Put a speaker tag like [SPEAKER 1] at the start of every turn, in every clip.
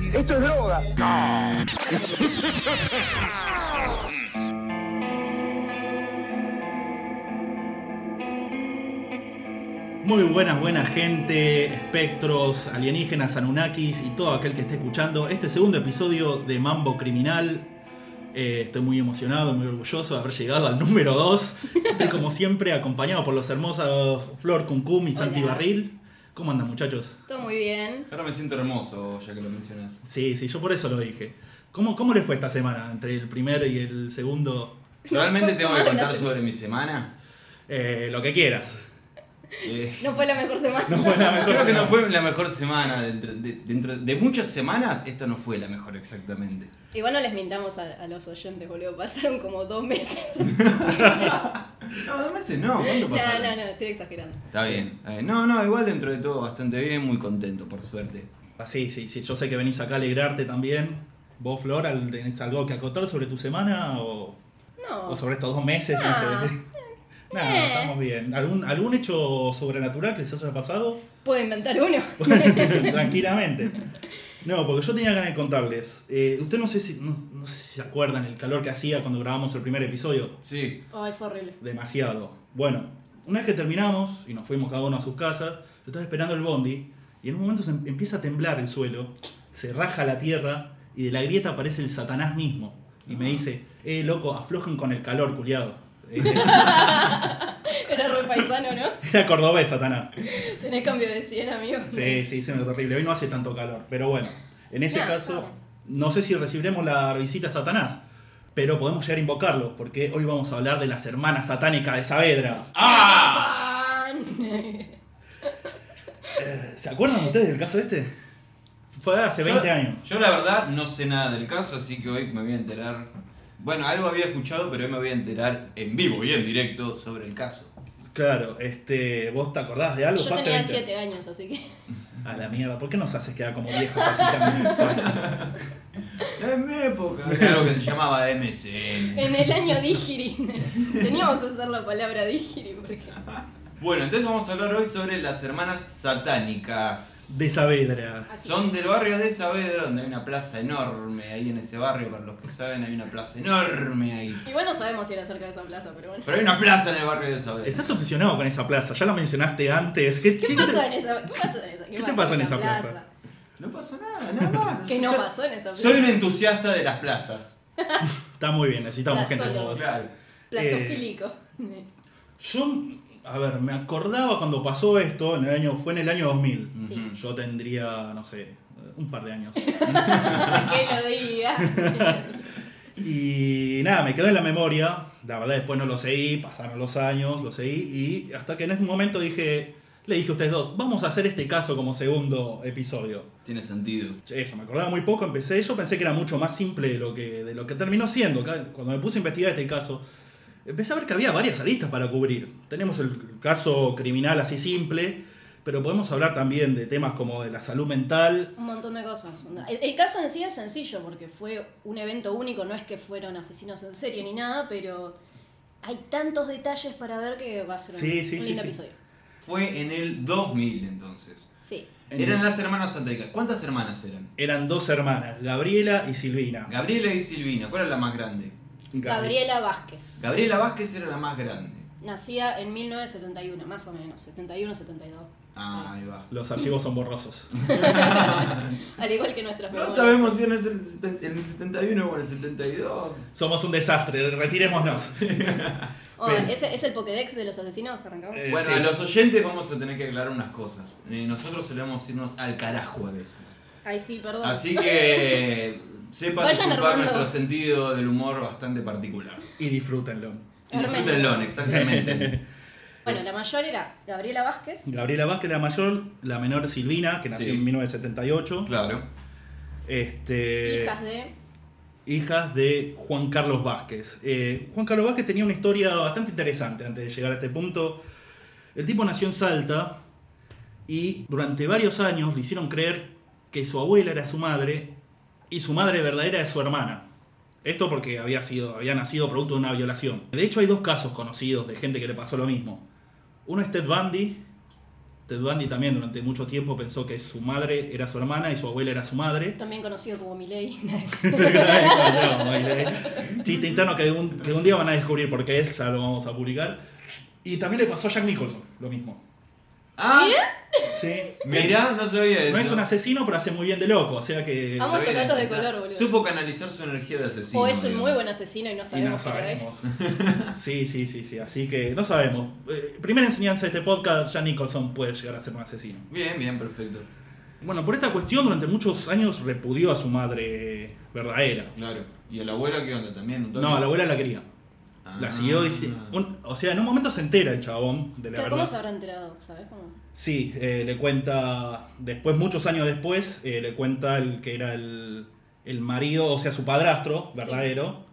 [SPEAKER 1] Esto es droga.
[SPEAKER 2] Muy buenas, buena gente, espectros, alienígenas, anunnakis y todo aquel que esté escuchando este segundo episodio de Mambo Criminal. Eh, estoy muy emocionado, muy orgulloso de haber llegado al número 2. Estoy como siempre acompañado por los hermosos Flor Cuncum y Santi
[SPEAKER 3] Hola.
[SPEAKER 2] Barril. ¿Cómo andan muchachos?
[SPEAKER 3] Todo muy bien.
[SPEAKER 4] Ahora me siento hermoso, ya que lo mencionas.
[SPEAKER 2] Sí, sí, yo por eso lo dije. ¿Cómo, cómo le fue esta semana entre el primer y el segundo?
[SPEAKER 4] Realmente tengo que
[SPEAKER 3] ¿Cómo te
[SPEAKER 4] contar
[SPEAKER 3] nace?
[SPEAKER 4] sobre mi semana.
[SPEAKER 2] Eh, lo que quieras.
[SPEAKER 4] Eh,
[SPEAKER 3] No fue la mejor semana.
[SPEAKER 2] No fue la mejor
[SPEAKER 4] creo que
[SPEAKER 2] semana.
[SPEAKER 4] no fue la mejor semana. Dentro de, dentro de muchas semanas, esta no fue la mejor exactamente.
[SPEAKER 3] Igual no les mintamos a, a los oyentes, boludo. Pasaron como dos meses.
[SPEAKER 4] No, dos meses no, ¿cuánto
[SPEAKER 3] no,
[SPEAKER 4] pasó?
[SPEAKER 3] no, no, estoy exagerando.
[SPEAKER 4] Está bien. está bien. No, no, igual dentro de todo bastante bien, muy contento, por suerte.
[SPEAKER 2] Ah, sí, sí, sí, yo sé que venís acá a alegrarte también. ¿Vos, Flor, al- tenés algo que acotar sobre tu semana o,
[SPEAKER 3] No.
[SPEAKER 2] o sobre estos dos meses? No,
[SPEAKER 3] Ah.
[SPEAKER 2] sé. Nada,
[SPEAKER 3] Eh.
[SPEAKER 2] estamos bien. ¿Algún, ¿Algún hecho sobrenatural que les haya pasado?
[SPEAKER 3] Puedo inventar uno.
[SPEAKER 2] Tranquilamente. No, porque yo tenía ganas de contarles. Eh, usted no sé, si, no, no sé si se acuerdan el calor que hacía cuando grabamos el primer episodio.
[SPEAKER 4] Sí.
[SPEAKER 3] Ay, fue horrible.
[SPEAKER 2] Demasiado. Bueno, una vez que terminamos y nos fuimos cada uno a sus casas, yo estaba esperando el bondi y en un momento se em- empieza a temblar el suelo, se raja la tierra y de la grieta aparece el Satanás mismo y me dice, eh, loco, aflojen con el calor, culiado. Eh, Era
[SPEAKER 3] Era re paisano, ¿no?
[SPEAKER 2] cordobés, Satanás.
[SPEAKER 3] Tenés cambio de 100, amigo.
[SPEAKER 2] Sí, sí, se me terrible. Hoy no hace tanto calor, pero bueno, en ese
[SPEAKER 3] No,
[SPEAKER 2] caso,
[SPEAKER 3] no.
[SPEAKER 2] no sé si recibiremos la visita a Satanás, pero podemos llegar a invocarlo, porque hoy vamos a hablar de las hermanas satánicas de Saavedra.
[SPEAKER 4] ¡Ah!
[SPEAKER 3] Pan.
[SPEAKER 2] ¿Se acuerdan ustedes del caso este? Fue hace 20
[SPEAKER 4] Yo-
[SPEAKER 2] años.
[SPEAKER 4] Yo la verdad no sé nada del caso, así que hoy me voy a enterar. Bueno, algo había escuchado, pero hoy me voy a enterar en vivo y en directo sobre el caso.
[SPEAKER 2] Claro, este, ¿vos te acordás de algo?
[SPEAKER 3] Yo
[SPEAKER 2] Fue hace
[SPEAKER 3] tenía
[SPEAKER 2] 20.
[SPEAKER 3] 7 años, así que.
[SPEAKER 2] A la mierda, ¿por qué nos haces quedar como viejos así también? Pues,
[SPEAKER 4] En mi época. Era algo que se llamaba MSN.
[SPEAKER 3] En el año Digiri. Teníamos que usar la palabra Digiri porque.
[SPEAKER 4] Bueno, entonces vamos a hablar hoy sobre las hermanas satánicas.
[SPEAKER 2] De Saavedra.
[SPEAKER 3] Así
[SPEAKER 4] Son
[SPEAKER 3] es.
[SPEAKER 4] del barrio de Saavedra, donde hay una plaza enorme. Ahí en ese barrio, para los que saben, hay una plaza enorme ahí.
[SPEAKER 3] Igual no sabemos si era cerca de esa plaza, pero bueno.
[SPEAKER 4] Pero hay una plaza en el barrio de Saavedra.
[SPEAKER 2] Estás obsesionado con esa plaza, ya la mencionaste antes. ¿Qué,
[SPEAKER 3] ¿Qué
[SPEAKER 2] qué-
[SPEAKER 3] pasó en esa ¿Qué pasó en esa,
[SPEAKER 2] ¿Qué te pasó en esa plaza?
[SPEAKER 4] No pasó nada, nada más.
[SPEAKER 3] Que no
[SPEAKER 4] Yo-
[SPEAKER 3] pasó en esa plaza.
[SPEAKER 4] Soy un entusiasta de las plazas.
[SPEAKER 2] Está muy bien, necesitamos
[SPEAKER 3] Plaza
[SPEAKER 2] gente como
[SPEAKER 3] solo.
[SPEAKER 2] vos.
[SPEAKER 4] Claro.
[SPEAKER 3] Plazofílico.
[SPEAKER 2] Yo, a ver, me acordaba cuando pasó esto, en el año, fue en el año 2000.
[SPEAKER 3] Sí.
[SPEAKER 4] Ujú.
[SPEAKER 2] Yo tendría, no sé, un par de años.
[SPEAKER 3] que lo diga.
[SPEAKER 2] Y nada, me quedó en la memoria. La verdad, después no lo seguí, pasaron los años, lo seguí. Y hasta que en ese momento dije, le dije a ustedes dos, vamos a hacer este caso como segundo episodio.
[SPEAKER 4] Tiene sentido.
[SPEAKER 2] Eso, me acordaba muy poco, empecé. Yo pensé que era mucho más simple de lo que, de lo que terminó siendo. Ca- Cuando me puse a investigar este caso, empecé a ver que había varias aristas para cubrir. Tenemos el caso criminal así simple, pero podemos hablar también de temas como de la salud mental.
[SPEAKER 3] Un montón de cosas. onda. El, el caso en sí es sencillo porque fue un evento único, no es que fueron asesinos en serie ni nada, pero hay tantos detalles para ver que va a ser un,
[SPEAKER 2] Sí, sí,
[SPEAKER 3] un
[SPEAKER 2] sí,
[SPEAKER 3] lindo
[SPEAKER 2] sí.
[SPEAKER 3] episodio.
[SPEAKER 4] Fue en el 2000 entonces.
[SPEAKER 3] Sí.
[SPEAKER 2] En
[SPEAKER 4] Eran
[SPEAKER 2] el-
[SPEAKER 4] las hermanas satánicas. ¿Cuántas hermanas eran?
[SPEAKER 2] Eran dos hermanas, Gabriela y Silvina.
[SPEAKER 4] Gabriela y Silvina. ¿Cuál era la más grande?
[SPEAKER 3] Gabriela Vázquez.
[SPEAKER 4] Gabriela Vázquez era la más grande.
[SPEAKER 3] Nacida en 1971, más o menos, 71, 72.
[SPEAKER 4] Ah, ahí va.
[SPEAKER 2] Los archivos son borrosos.
[SPEAKER 3] Al igual que nuestras
[SPEAKER 4] No
[SPEAKER 3] memorias.
[SPEAKER 4] sabemos si en el, seten- en el 71 o en el 72.
[SPEAKER 2] Somos un desastre, retirémonos.
[SPEAKER 3] Oh,
[SPEAKER 2] Pero-
[SPEAKER 3] ¿ese ¿Es el Pokédex de los asesinos? ¿Arrancamos?
[SPEAKER 2] Eh,
[SPEAKER 4] bueno,
[SPEAKER 2] sí.
[SPEAKER 4] a los oyentes vamos a tener que aclarar unas cosas. Eh, Nosotros solemos irnos al carajo a veces.
[SPEAKER 3] Ay, sí, perdón.
[SPEAKER 4] Así que sepan
[SPEAKER 3] Oh. Vayan
[SPEAKER 4] disculpar
[SPEAKER 3] armando.
[SPEAKER 4] nuestro sentido del humor bastante particular.
[SPEAKER 2] Y disfrútenlo.
[SPEAKER 4] Y
[SPEAKER 3] Armen.
[SPEAKER 4] Disfrútenlo, exactamente.
[SPEAKER 3] Bueno, la mayor era Gabriela Vázquez.
[SPEAKER 2] Gabriela Vázquez, la mayor, la menor Silvina, que nació
[SPEAKER 4] Sí.
[SPEAKER 2] en 1978.
[SPEAKER 4] Claro.
[SPEAKER 2] Este,
[SPEAKER 3] Hijas de.
[SPEAKER 2] hijas de Juan Carlos Vázquez. Eh, Juan Carlos Vázquez tenía una historia bastante interesante antes de llegar a este punto. El tipo nació en Salta y durante varios años le hicieron creer que su abuela era su madre y su madre verdadera es su hermana. Esto porque había, sido, había nacido producto de una violación. De hecho, hay dos casos conocidos de gente que le pasó lo mismo. Uno es Ted Bundy, Ted Bundy también durante mucho tiempo pensó que su madre era su hermana y su abuela era su madre.
[SPEAKER 3] También conocido como Miley.
[SPEAKER 2] Chiste interno que un, que un día van a descubrir por qué es, ya lo vamos a publicar. Y también le pasó a Jack Nicholson, lo mismo.
[SPEAKER 4] Ah,
[SPEAKER 2] Sí.
[SPEAKER 4] mirá, no sabía eso.
[SPEAKER 2] No es un asesino, pero hace muy bien de loco, o sea que...
[SPEAKER 3] Amo estos
[SPEAKER 4] Lo
[SPEAKER 3] datos de
[SPEAKER 4] voy a
[SPEAKER 3] color,
[SPEAKER 4] intentar.
[SPEAKER 3] boludo.
[SPEAKER 4] Supo canalizar su energía de asesino.
[SPEAKER 3] o es un
[SPEAKER 4] digamos.
[SPEAKER 3] muy buen asesino y no
[SPEAKER 2] Y no
[SPEAKER 3] sabemos. quién lo es.
[SPEAKER 2] sabemos. Sí, sí, sí, sí. Así que no sabemos. Eh, primera enseñanza de este podcast, Jack Nicholson puede llegar a ser un asesino.
[SPEAKER 4] Bien, bien, perfecto.
[SPEAKER 2] Bueno, por esta cuestión durante muchos años repudió a su madre verdadera.
[SPEAKER 4] Claro. ¿Y el abuelo qué onda? ¿También? ¿Un toque?
[SPEAKER 2] No, a la abuela la quería.
[SPEAKER 4] Ah.
[SPEAKER 2] La siguió. y- un- o sea, en un momento se entera el chabón de la
[SPEAKER 3] Claro, ¿Cómo se
[SPEAKER 2] verdad.
[SPEAKER 3] habrá enterado? ¿Sabes cómo?
[SPEAKER 2] Sí, eh, le cuenta. Después, muchos años después, eh, le cuenta el que era el, el marido, o sea, su padrastro verdadero.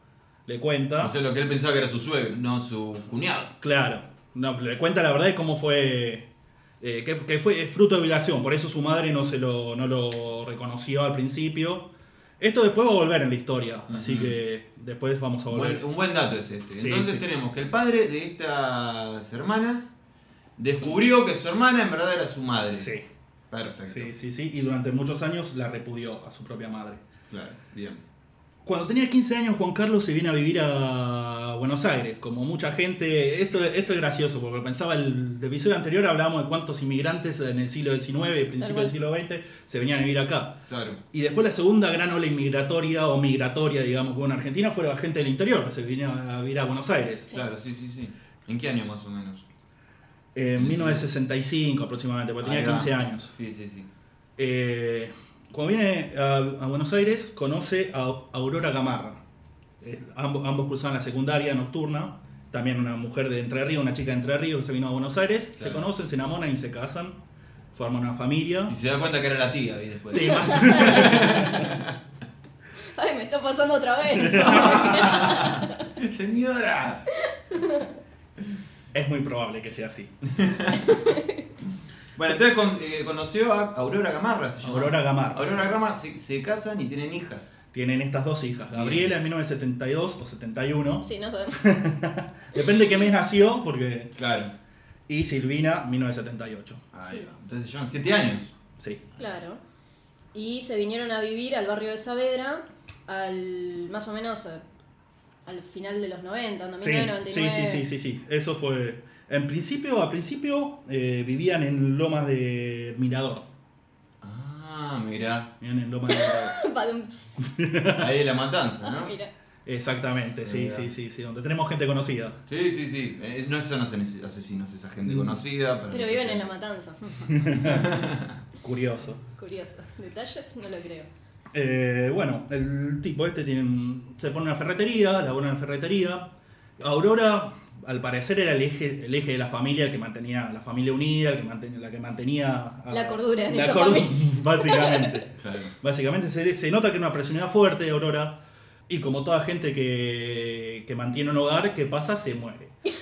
[SPEAKER 2] Le cuenta.
[SPEAKER 4] O sea, lo que él pensaba que era su suegro, no su cuñado.
[SPEAKER 2] Claro. No, le cuenta la verdad de cómo fue. eh, que, que fue fruto de violación. Por eso su madre no se lo, no lo reconoció al principio. Esto después va a volver en la historia. Así
[SPEAKER 4] Ujú.
[SPEAKER 2] que después vamos a volver.
[SPEAKER 4] Buen- un buen dato es este.
[SPEAKER 2] Sí,
[SPEAKER 4] Entonces
[SPEAKER 2] sí.
[SPEAKER 4] tenemos que el padre de estas hermanas descubrió que su hermana en verdad era su madre.
[SPEAKER 2] Sí,
[SPEAKER 4] Perfecto.
[SPEAKER 2] sí, sí, sí. Y durante muchos años la repudió a su propia madre.
[SPEAKER 4] Claro, bien.
[SPEAKER 2] Cuando tenía 15 años, Juan Carlos se viene a vivir a Buenos Aires. Como mucha gente, esto, esto es gracioso, porque pensaba el episodio anterior, hablábamos de cuántos inmigrantes en el siglo XIX y principio del
[SPEAKER 3] cual.
[SPEAKER 2] siglo XX se venían a vivir acá.
[SPEAKER 4] Claro.
[SPEAKER 2] Y después la segunda gran ola inmigratoria o migratoria, digamos, que hubo en Argentina fue la gente del interior, que se vino a vivir a Buenos Aires.
[SPEAKER 3] Sí.
[SPEAKER 4] Claro, sí, sí, sí. ¿En qué año más o menos?
[SPEAKER 2] En 1965 aproximadamente, porque tenía
[SPEAKER 4] Ahí va.
[SPEAKER 2] 15 años.
[SPEAKER 4] Sí, sí, sí.
[SPEAKER 2] Eh, cuando viene a, a Buenos Aires, conoce a Aurora Gamarra. Eh, ambos, ambos cursaban la secundaria nocturna. También una mujer de Entre Ríos, una chica de Entre Ríos que se vino a Buenos Aires. Se
[SPEAKER 4] Claro.
[SPEAKER 2] conocen, se enamoran y se casan. Forman una familia.
[SPEAKER 4] Y se da cuenta que era la tía y después.
[SPEAKER 2] Sí, más.
[SPEAKER 3] Ay, me está pasando otra vez.
[SPEAKER 4] ¡Señora!
[SPEAKER 2] es muy probable que sea así.
[SPEAKER 4] Bueno, entonces con- eh, conoció a Aurora Gamarra, se llama.
[SPEAKER 2] Aurora Gamarra.
[SPEAKER 4] Aurora Gamarra se, se casan y tienen hijas.
[SPEAKER 2] Tienen estas dos hijas, Gabriela en 1972 o 71.
[SPEAKER 3] sí, no sabemos.
[SPEAKER 2] Depende de qué mes nació, porque.
[SPEAKER 4] Claro.
[SPEAKER 2] Y Silvina, 1978.
[SPEAKER 4] Ahí
[SPEAKER 3] Sí.
[SPEAKER 4] va. Entonces llevan 7 años.
[SPEAKER 2] Sí.
[SPEAKER 3] Claro. Y se vinieron a vivir al barrio de Saavedra, al más o menos eh, al final de los 90, onda,
[SPEAKER 2] Sí, sí,
[SPEAKER 3] 1999.
[SPEAKER 2] sí, sí, sí, sí. Eso fue. En principio, a principio eh, vivían en Lomas de Mirador.
[SPEAKER 4] Ah, mirá.
[SPEAKER 2] Vivían en Lomas de Mirador.
[SPEAKER 3] Badum,
[SPEAKER 4] Ahí la matanza, ¿no?
[SPEAKER 3] Mira.
[SPEAKER 2] Exactamente, sí,
[SPEAKER 4] Mira.
[SPEAKER 2] sí, sí, sí. Donde tenemos gente conocida.
[SPEAKER 4] Sí, sí, sí. Eh, No son ases- asesinos, esa gente
[SPEAKER 2] Mm.
[SPEAKER 4] conocida.
[SPEAKER 3] Pero viven en la matanza.
[SPEAKER 2] Curioso.
[SPEAKER 3] Curioso. Detalles, no lo creo.
[SPEAKER 2] Eh, bueno, el tipo este tiene, un- se pone en una ferretería, labora en una ferretería. Aurora, al parecer, era el eje, el eje de la familia, el que mantenía a la familia unida, el que mantenía, la que mantenía... a-
[SPEAKER 3] La cordura en
[SPEAKER 2] la
[SPEAKER 3] esa
[SPEAKER 2] cordura,
[SPEAKER 3] familia.
[SPEAKER 2] Básicamente.
[SPEAKER 4] Claro.
[SPEAKER 2] Básicamente se, se nota que era una personalidad fuerte de Aurora. Y como toda gente que, que mantiene un hogar, ¿qué pasa? Se muere.
[SPEAKER 3] Es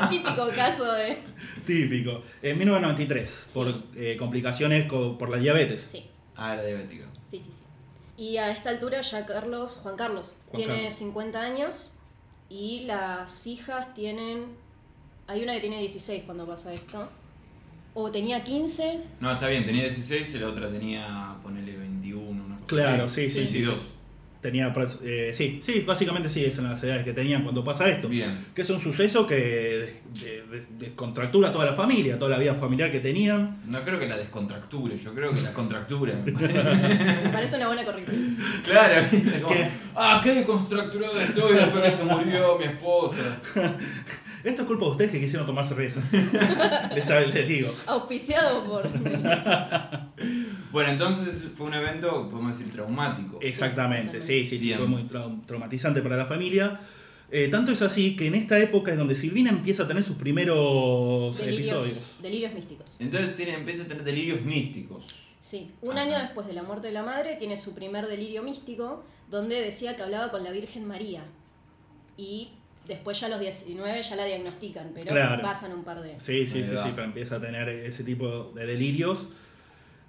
[SPEAKER 3] el típico caso de.
[SPEAKER 2] Típico. En 1993, por
[SPEAKER 3] Sí.
[SPEAKER 2] eh, complicaciones co- por la diabetes.
[SPEAKER 3] Sí,
[SPEAKER 4] Ah, era diabética.
[SPEAKER 3] sí, sí, sí. Y a esta altura ya Carlos, Juan Carlos,
[SPEAKER 2] Juan
[SPEAKER 3] tiene
[SPEAKER 2] Carlos.
[SPEAKER 3] 50 años y las hijas tienen. Hay una que tiene 16 cuando pasa esto. O tenía 15,
[SPEAKER 4] No, está bien, tenía 16 y la otra tenía, ponele 21, una cosa
[SPEAKER 2] Claro,
[SPEAKER 4] así.
[SPEAKER 2] sí, sí, sí.
[SPEAKER 3] Sí.
[SPEAKER 2] sí.
[SPEAKER 4] 22.
[SPEAKER 2] Tenía, pres- eh, sí, sí, básicamente sí, esas son las edades que tenían cuando pasa esto.
[SPEAKER 4] Bien.
[SPEAKER 2] Que es un suceso que des- de- des- descontractura a toda la familia, toda la vida familiar que tenían.
[SPEAKER 4] No creo que la descontracture, yo creo que la contractura.
[SPEAKER 3] me parece una buena corrección.
[SPEAKER 4] claro, ¿viste? Como,
[SPEAKER 2] ¿Qué?
[SPEAKER 4] ah, qué descontracturado estoy después que se murió mi esposa.
[SPEAKER 2] Esto es culpa de ustedes que quisieron tomar cerveza. les, sabe- les digo.
[SPEAKER 3] Auspiciado por.
[SPEAKER 4] Bueno, entonces fue un evento, podemos decir, traumático.
[SPEAKER 2] Exactamente, sí, sí, sí,
[SPEAKER 4] Bien.
[SPEAKER 2] fue muy trau- traumatizante para la familia. Eh, tanto es así que en esta época es donde Silvina empieza a tener sus primeros episodios.
[SPEAKER 3] Delirios, delirios místicos.
[SPEAKER 4] Entonces tiene, empieza a tener delirios místicos.
[SPEAKER 3] Sí, un
[SPEAKER 4] Ajá.
[SPEAKER 3] año después de la muerte de la madre tiene su primer delirio místico, donde decía que hablaba con la Virgen María. Y después ya a los 19 ya la diagnostican, pero
[SPEAKER 2] Claro.
[SPEAKER 3] pasan un par de...
[SPEAKER 2] Sí, sí,
[SPEAKER 4] Ahí
[SPEAKER 2] sí,
[SPEAKER 4] va.
[SPEAKER 2] sí, pero empieza a tener ese tipo de delirios.